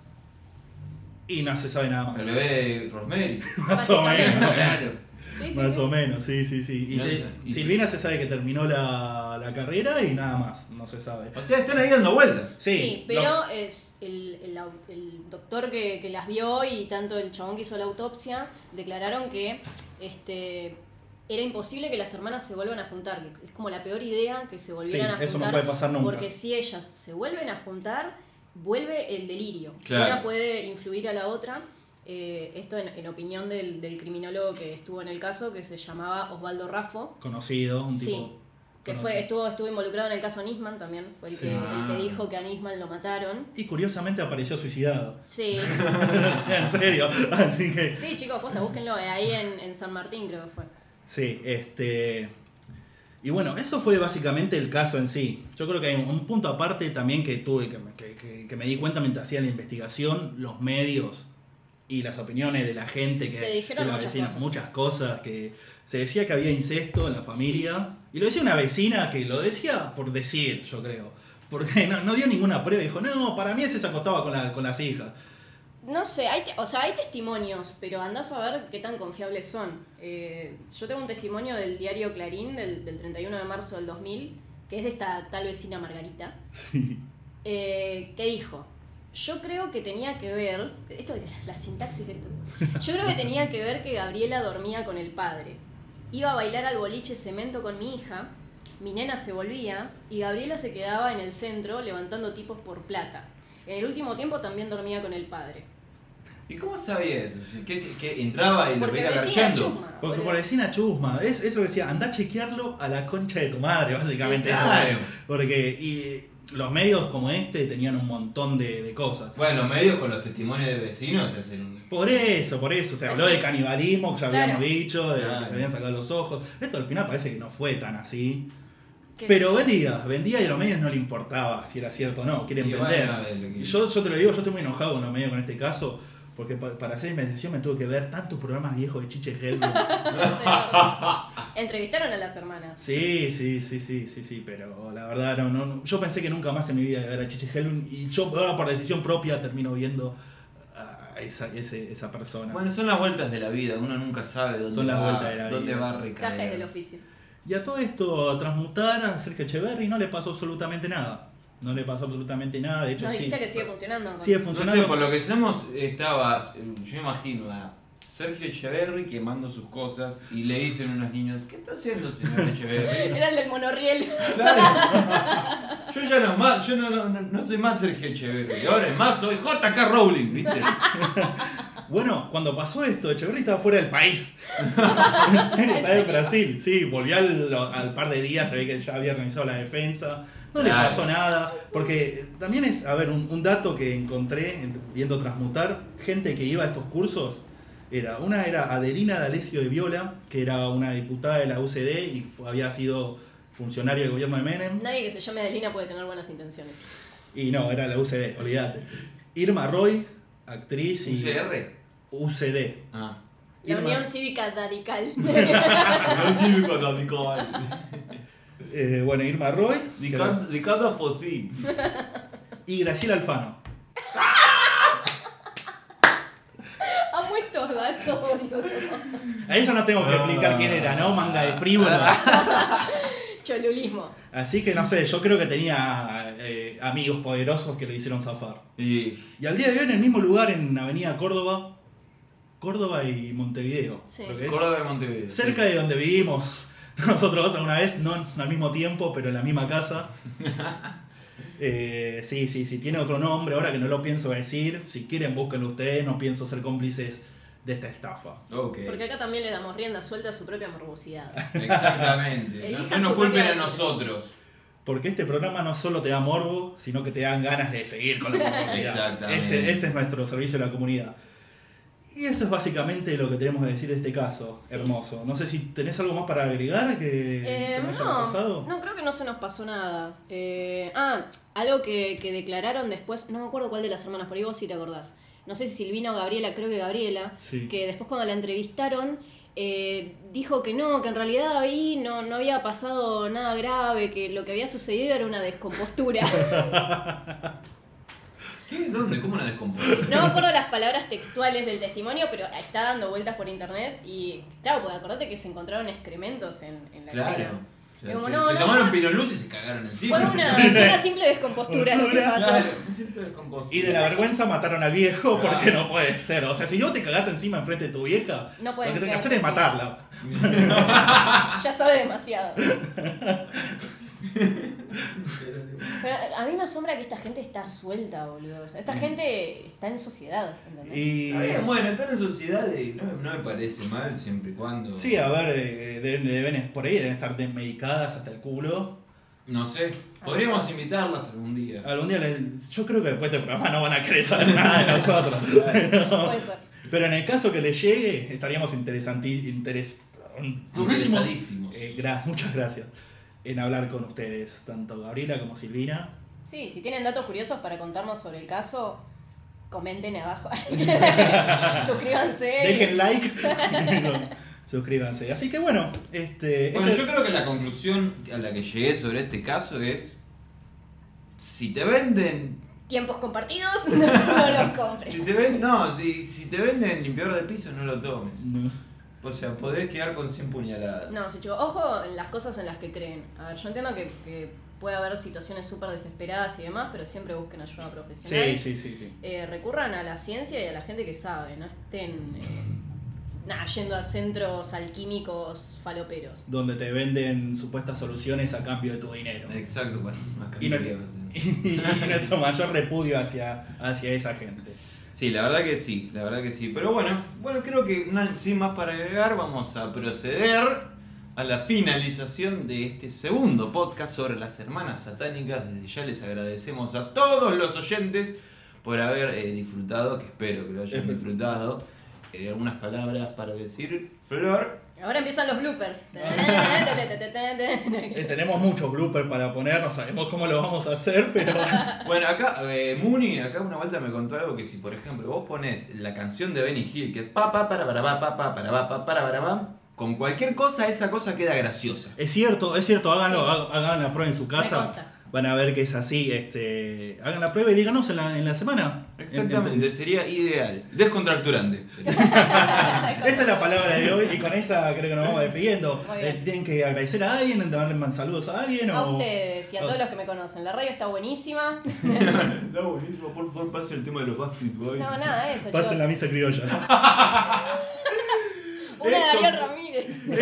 [SPEAKER 2] y no se sabe nada más.
[SPEAKER 4] El bebé Rosemary.
[SPEAKER 2] Más o menos.
[SPEAKER 4] claro.
[SPEAKER 3] Sí, sí,
[SPEAKER 2] Más
[SPEAKER 3] sí.
[SPEAKER 2] o menos, sí, sí, sí. Y
[SPEAKER 4] No
[SPEAKER 2] se-
[SPEAKER 4] sé, y-
[SPEAKER 2] Silvina se sabe que terminó la, la carrera y nada más, no se sabe.
[SPEAKER 4] O sea, están ahí dando vueltas.
[SPEAKER 2] Sí,
[SPEAKER 3] Sí, pero
[SPEAKER 2] lo-
[SPEAKER 3] es el, el au- el doctor que, que las vio y tanto el chabón que hizo la autopsia declararon que este era imposible que las hermanas se vuelvan a juntar, que es como la peor idea que se volvieran a
[SPEAKER 2] Sí,
[SPEAKER 3] juntar.
[SPEAKER 2] eso no puede pasar nunca.
[SPEAKER 3] Porque si ellas se vuelven a juntar, vuelve el delirio.
[SPEAKER 4] Claro.
[SPEAKER 3] Una puede influir a la otra. eh, esto en, en opinión del, del criminólogo que estuvo en el caso, que se llamaba Osvaldo Raffo,
[SPEAKER 2] Conocido, un
[SPEAKER 3] Sí.
[SPEAKER 2] tipo.
[SPEAKER 3] que
[SPEAKER 2] conocido.
[SPEAKER 3] fue, estuvo, estuvo involucrado en el caso Nisman también, fue el que,
[SPEAKER 2] Sí. Ah.
[SPEAKER 3] el que dijo que a Nisman lo mataron.
[SPEAKER 2] Y curiosamente apareció suicidado.
[SPEAKER 3] Sí,
[SPEAKER 2] o sea, en serio. Así que.
[SPEAKER 3] sí chicos, posta, búsquenlo, eh, ahí en, en San Martín creo que fue.
[SPEAKER 2] Sí, este. Y bueno, eso fue básicamente el caso en sí. Yo creo que hay un punto aparte también que tuve, que me, que- que- que me di cuenta mientras hacía la investigación, los medios y las opiniones de la gente que
[SPEAKER 3] Se dijeron
[SPEAKER 2] de la
[SPEAKER 3] muchas
[SPEAKER 2] vecina,
[SPEAKER 3] cosas.
[SPEAKER 2] muchas cosas, que se decía que había incesto en la familia. Y lo decía una vecina que lo decía por decir, yo creo. Porque no, no dio ninguna prueba, dijo, no, para mí ese se acostaba con, la- con las hijas.
[SPEAKER 3] No sé, hay, te- o sea, hay testimonios, pero andás a ver qué tan confiables son. Eh, yo tengo un testimonio del diario Clarín del, del 31 de marzo del 2000, que es de esta tal vecina Margarita, eh, que dijo, yo creo que tenía que ver, esto de la, la sintaxis de esto, yo creo que tenía que ver que Gabriela dormía con el padre. Iba a bailar al boliche cemento con mi hija, mi nena se volvía y Gabriela se quedaba en el centro levantando tipos por plata. En el último tiempo también dormía con el padre.
[SPEAKER 4] ¿Y cómo sabía eso? ¿Qué, qué entraba y lo
[SPEAKER 3] Porque
[SPEAKER 4] veía
[SPEAKER 3] vecina
[SPEAKER 4] garchando?
[SPEAKER 3] chusma.
[SPEAKER 2] Porque por vecina chusma, es, eso decía, anda a chequearlo a la concha de tu madre, básicamente.
[SPEAKER 3] Sí, sí,
[SPEAKER 2] Ah,
[SPEAKER 4] Claro.
[SPEAKER 2] Porque y los medios como este tenían un montón de, de cosas.
[SPEAKER 4] Bueno, los medios con los testimonios de vecinos hacen un...
[SPEAKER 2] Por eso, por eso. Se habló de canibalismo, que ya
[SPEAKER 3] Claro.
[SPEAKER 2] habíamos dicho, de
[SPEAKER 4] Claro.
[SPEAKER 2] que se habían sacado los ojos. Esto al final parece que no fue tan así.
[SPEAKER 3] Que-
[SPEAKER 2] Pero vendía, vendía y a los medios no le importaba si era cierto o no, quieren
[SPEAKER 4] Y
[SPEAKER 2] vender.
[SPEAKER 4] bueno, es lo que-
[SPEAKER 2] Y yo, yo te lo digo, yo estoy muy enojado con los medios con este caso, porque pa- para hacer investigación me tuve que ver tantos programas viejos de Chiche Helbert.
[SPEAKER 3] Entrevistaron a las hermanas.
[SPEAKER 2] Sí, sí, sí, sí, sí, sí, pero la verdad no, no, no. yo pensé que nunca más en mi vida iba a ver a Chiche Hellum y yo ahora por decisión propia termino viendo a esa, ese- esa persona.
[SPEAKER 4] Bueno, son las vueltas de la vida, uno nunca sabe dónde,
[SPEAKER 2] Son las
[SPEAKER 4] va,
[SPEAKER 2] vueltas de la
[SPEAKER 4] dónde
[SPEAKER 2] vida.
[SPEAKER 4] va a recaer.
[SPEAKER 3] Cajes del oficio.
[SPEAKER 2] Y a todo esto, a transmutar a Sergio Echeverry no le pasó absolutamente nada. No le pasó absolutamente nada, de hecho
[SPEAKER 3] Nos
[SPEAKER 2] sí.
[SPEAKER 3] dijiste que sigue funcionando. con-
[SPEAKER 2] Sigue
[SPEAKER 4] No
[SPEAKER 2] funcionando.
[SPEAKER 4] sé, por lo que sabemos, estaba, eh, yo imagino a Sergio Echeverry quemando sus cosas y le dicen unos niños, ¿qué está haciendo señor Echeverry?
[SPEAKER 3] Era el del monorriel.
[SPEAKER 4] Claro. Yo ya no, más, yo no, no, no- no soy más Sergio Echeverry, ahora es más, soy JK Rowling, ¿viste?
[SPEAKER 2] Bueno, cuando pasó esto, Echeverry estaba fuera del país. en serio, estaba en Brasil, sí. Volvió al, al par de días, se ve que ya había organizado la defensa. No le
[SPEAKER 4] Claro.
[SPEAKER 2] pasó nada. Porque también es, a ver, un, un dato que encontré en- viendo transmutar, gente que iba a estos cursos. Era, una era Adelina D'Alessio de Viola, que era una diputada de la UCD y fu- había sido funcionaria del gobierno de Menem.
[SPEAKER 3] Nadie que se llame Adelina puede tener buenas intenciones.
[SPEAKER 2] Y no, era la UCD, olvídate. Irma Roy, actriz y
[SPEAKER 4] ¿UCR?
[SPEAKER 2] UCD.
[SPEAKER 4] Ah.
[SPEAKER 3] La
[SPEAKER 2] Irma.
[SPEAKER 3] Unión Cívica Radical.
[SPEAKER 2] Eh, bueno, Irma Roy que era-
[SPEAKER 4] Ricardo Focín.
[SPEAKER 2] y Graciela Alfano.
[SPEAKER 3] Amo estos datos, boludo.
[SPEAKER 2] A eso no tengo que explicar quién era, ¿no? Manga de frívolo.
[SPEAKER 3] Cholulismo.
[SPEAKER 2] Así que no sé, yo creo que tenía eh, amigos poderosos que lo hicieron zafar.
[SPEAKER 4] Y
[SPEAKER 2] Y al día de hoy en el mismo lugar, en Avenida Córdoba, Córdoba y Montevideo.
[SPEAKER 3] Sí.
[SPEAKER 2] creo que es.
[SPEAKER 4] Córdoba de Montevideo.
[SPEAKER 2] Cerca de donde vivimos nosotros alguna vez, no en- no al mismo tiempo, pero en la misma casa. Eh, sí, sí, sí, tiene otro nombre, ahora que no lo pienso decir. Si quieren, búsquenlo ustedes, no pienso ser cómplices de esta estafa.
[SPEAKER 4] Ok.
[SPEAKER 3] Porque acá también le damos rienda suelta a su propia morbosidad.
[SPEAKER 4] Exactamente. No,
[SPEAKER 3] Elijan
[SPEAKER 4] no nos
[SPEAKER 3] su
[SPEAKER 4] culpen
[SPEAKER 3] propia
[SPEAKER 4] a
[SPEAKER 3] vida.
[SPEAKER 4] nosotros.
[SPEAKER 2] Porque este programa no solo te da morbo, sino que te dan ganas de seguir con la publicidad.
[SPEAKER 4] Exactamente.
[SPEAKER 2] ese, ese es nuestro servicio a la comunidad. Y eso es básicamente lo que tenemos que decir de este caso.
[SPEAKER 3] Sí.
[SPEAKER 2] Hermoso. No sé si tenés algo más para agregar que
[SPEAKER 3] Eh,
[SPEAKER 2] se me haya
[SPEAKER 3] no,
[SPEAKER 2] pasado.
[SPEAKER 3] no, creo que no se nos pasó nada. Eh, ah, algo que, que declararon después, no me acuerdo cuál de las hermanas, por ahí vos sí te acordás. No sé si Silvina o Gabriela, creo que Gabriela,
[SPEAKER 2] Sí.
[SPEAKER 3] que después cuando la entrevistaron eh, dijo que no, que en realidad ahí no, no había pasado nada grave, que lo que había sucedido era una descompostura.
[SPEAKER 4] ¿Qué? ¿Dónde? ¿Cómo la descomponen?
[SPEAKER 3] No me acuerdo las palabras textuales del testimonio, pero está dando vueltas por internet y claro, porque acordate que se encontraron excrementos en, en la
[SPEAKER 4] Claro.
[SPEAKER 3] escena.
[SPEAKER 4] O sea,
[SPEAKER 3] Como
[SPEAKER 4] se
[SPEAKER 3] no,
[SPEAKER 4] se
[SPEAKER 3] no,
[SPEAKER 4] tomaron
[SPEAKER 3] no.
[SPEAKER 4] piruluz y se cagaron
[SPEAKER 3] Fue
[SPEAKER 4] encima.
[SPEAKER 3] una, fue una simple descompostura lo que pasó.
[SPEAKER 4] Claro, un simple descompostura.
[SPEAKER 2] Y de la vergüenza mataron al viejo
[SPEAKER 4] Claro.
[SPEAKER 2] porque no puede ser. O sea, si yo te cagás encima enfrente de tu vieja, lo
[SPEAKER 3] No
[SPEAKER 2] que
[SPEAKER 3] pueden
[SPEAKER 2] tenés que
[SPEAKER 3] creer.
[SPEAKER 2] hacer es matarla.
[SPEAKER 3] Ya sabe demasiado. Pero a mí me asombra que esta gente está suelta, boludo. O sea, esta gente está en sociedad, ¿entendés?
[SPEAKER 2] Mm. Y,
[SPEAKER 4] Está bien, bueno, estar en sociedad y no, me- no me parece mal siempre y cuando.
[SPEAKER 2] sí, a ver, eh, deben- deben- por ahí deben estar desmedicadas hasta el culo.
[SPEAKER 4] No sé. Podríamos invitarlas algún día.
[SPEAKER 2] Algún día, les- yo creo que después de este programa no van a querer saber nada de nosotros.
[SPEAKER 3] Puede ser.
[SPEAKER 2] Pero en el caso que les llegue, estaríamos interesanti- interesantísimos.
[SPEAKER 4] Interesadísimos.
[SPEAKER 2] Eh, gra- muchas gracias en hablar con ustedes, tanto Gabriela como Silvina.
[SPEAKER 3] Sí, si tienen datos curiosos para contarnos sobre el caso, comenten abajo. Suscríbanse.
[SPEAKER 2] Dejen like y suscríbanse. Así que bueno, este.
[SPEAKER 4] Bueno,
[SPEAKER 2] este-
[SPEAKER 4] yo creo que la conclusión a la que llegué sobre este caso es. Si te venden.
[SPEAKER 3] Tiempos compartidos, no, no los compres.
[SPEAKER 4] Si te ven, no, si, si te venden limpiador de pisos, no lo tomes.
[SPEAKER 2] No.
[SPEAKER 4] O sea, podés quedar con 100 puñaladas.
[SPEAKER 3] No, sí, chicos, ojo en las cosas en las que creen. A ver, yo entiendo que, que puede haber situaciones súper desesperadas y demás, pero siempre busquen ayuda profesional.
[SPEAKER 2] Sí, sí, sí, sí.
[SPEAKER 3] Eh, recurran a la ciencia y a la gente que sabe, no estén eh, nada, yendo a centros alquímicos faloperos.
[SPEAKER 2] Donde te venden supuestas soluciones a cambio de tu dinero.
[SPEAKER 4] Exacto, bueno, más que
[SPEAKER 2] Y no-
[SPEAKER 4] mentira, sí.
[SPEAKER 2] y nuestro mayor repudio hacia, hacia esa gente.
[SPEAKER 4] Sí, la verdad que sí, la verdad que sí. Pero bueno, bueno, creo que na- sin más para agregar, vamos a proceder a la finalización de este segundo podcast sobre las hermanas satánicas. Desde ya les agradecemos a todos los oyentes por haber eh, disfrutado, que espero que lo hayan
[SPEAKER 2] Espero.
[SPEAKER 4] disfrutado. Eh, algunas palabras para decir, Flor.
[SPEAKER 3] Ahora empiezan los bloopers.
[SPEAKER 2] Eh, tenemos muchos bloopers para poner, no sabemos cómo lo vamos a hacer, pero
[SPEAKER 4] Bueno, acá, eh, Muni, acá una vuelta me contó algo que si, por ejemplo, vos pones la canción de Benny Hill, que es pa pa para para pa pa pa para pa pa para para pa, con cualquier cosa esa cosa queda graciosa.
[SPEAKER 2] es cierto, es cierto, háganlo,
[SPEAKER 3] Sí.
[SPEAKER 2] ha- hagan la prueba en su
[SPEAKER 3] Me
[SPEAKER 2] casa.
[SPEAKER 3] consta.
[SPEAKER 2] Van a ver que es así, este, hagan la prueba y díganos en la, en la semana.
[SPEAKER 4] Exactamente, sería ideal. Descontracturante.
[SPEAKER 2] Esa es la palabra de hoy y con esa creo que nos vamos despidiendo.
[SPEAKER 3] Muy bien.
[SPEAKER 2] Eh, tienen que agradecer a alguien, mandarle más saludos a alguien
[SPEAKER 3] A
[SPEAKER 2] o...
[SPEAKER 3] ustedes y a todos los que me conocen. La radio está buenísima.
[SPEAKER 4] Está buenísimo, por favor, pase el tema de los Backstreet Boys.
[SPEAKER 3] No, nada, eso, chicos.
[SPEAKER 2] Pasen la misa criolla.
[SPEAKER 3] Una de
[SPEAKER 4] Esto-
[SPEAKER 3] Ariel Ramírez.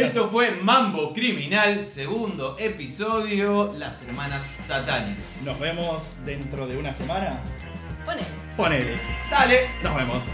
[SPEAKER 4] Esto fue Mambo Criminal, segundo episodio, Las Hermanas Satánicas.
[SPEAKER 2] Nos vemos dentro de una semana.
[SPEAKER 3] Ponele.
[SPEAKER 2] Ponele.
[SPEAKER 4] Dale.
[SPEAKER 2] Nos vemos.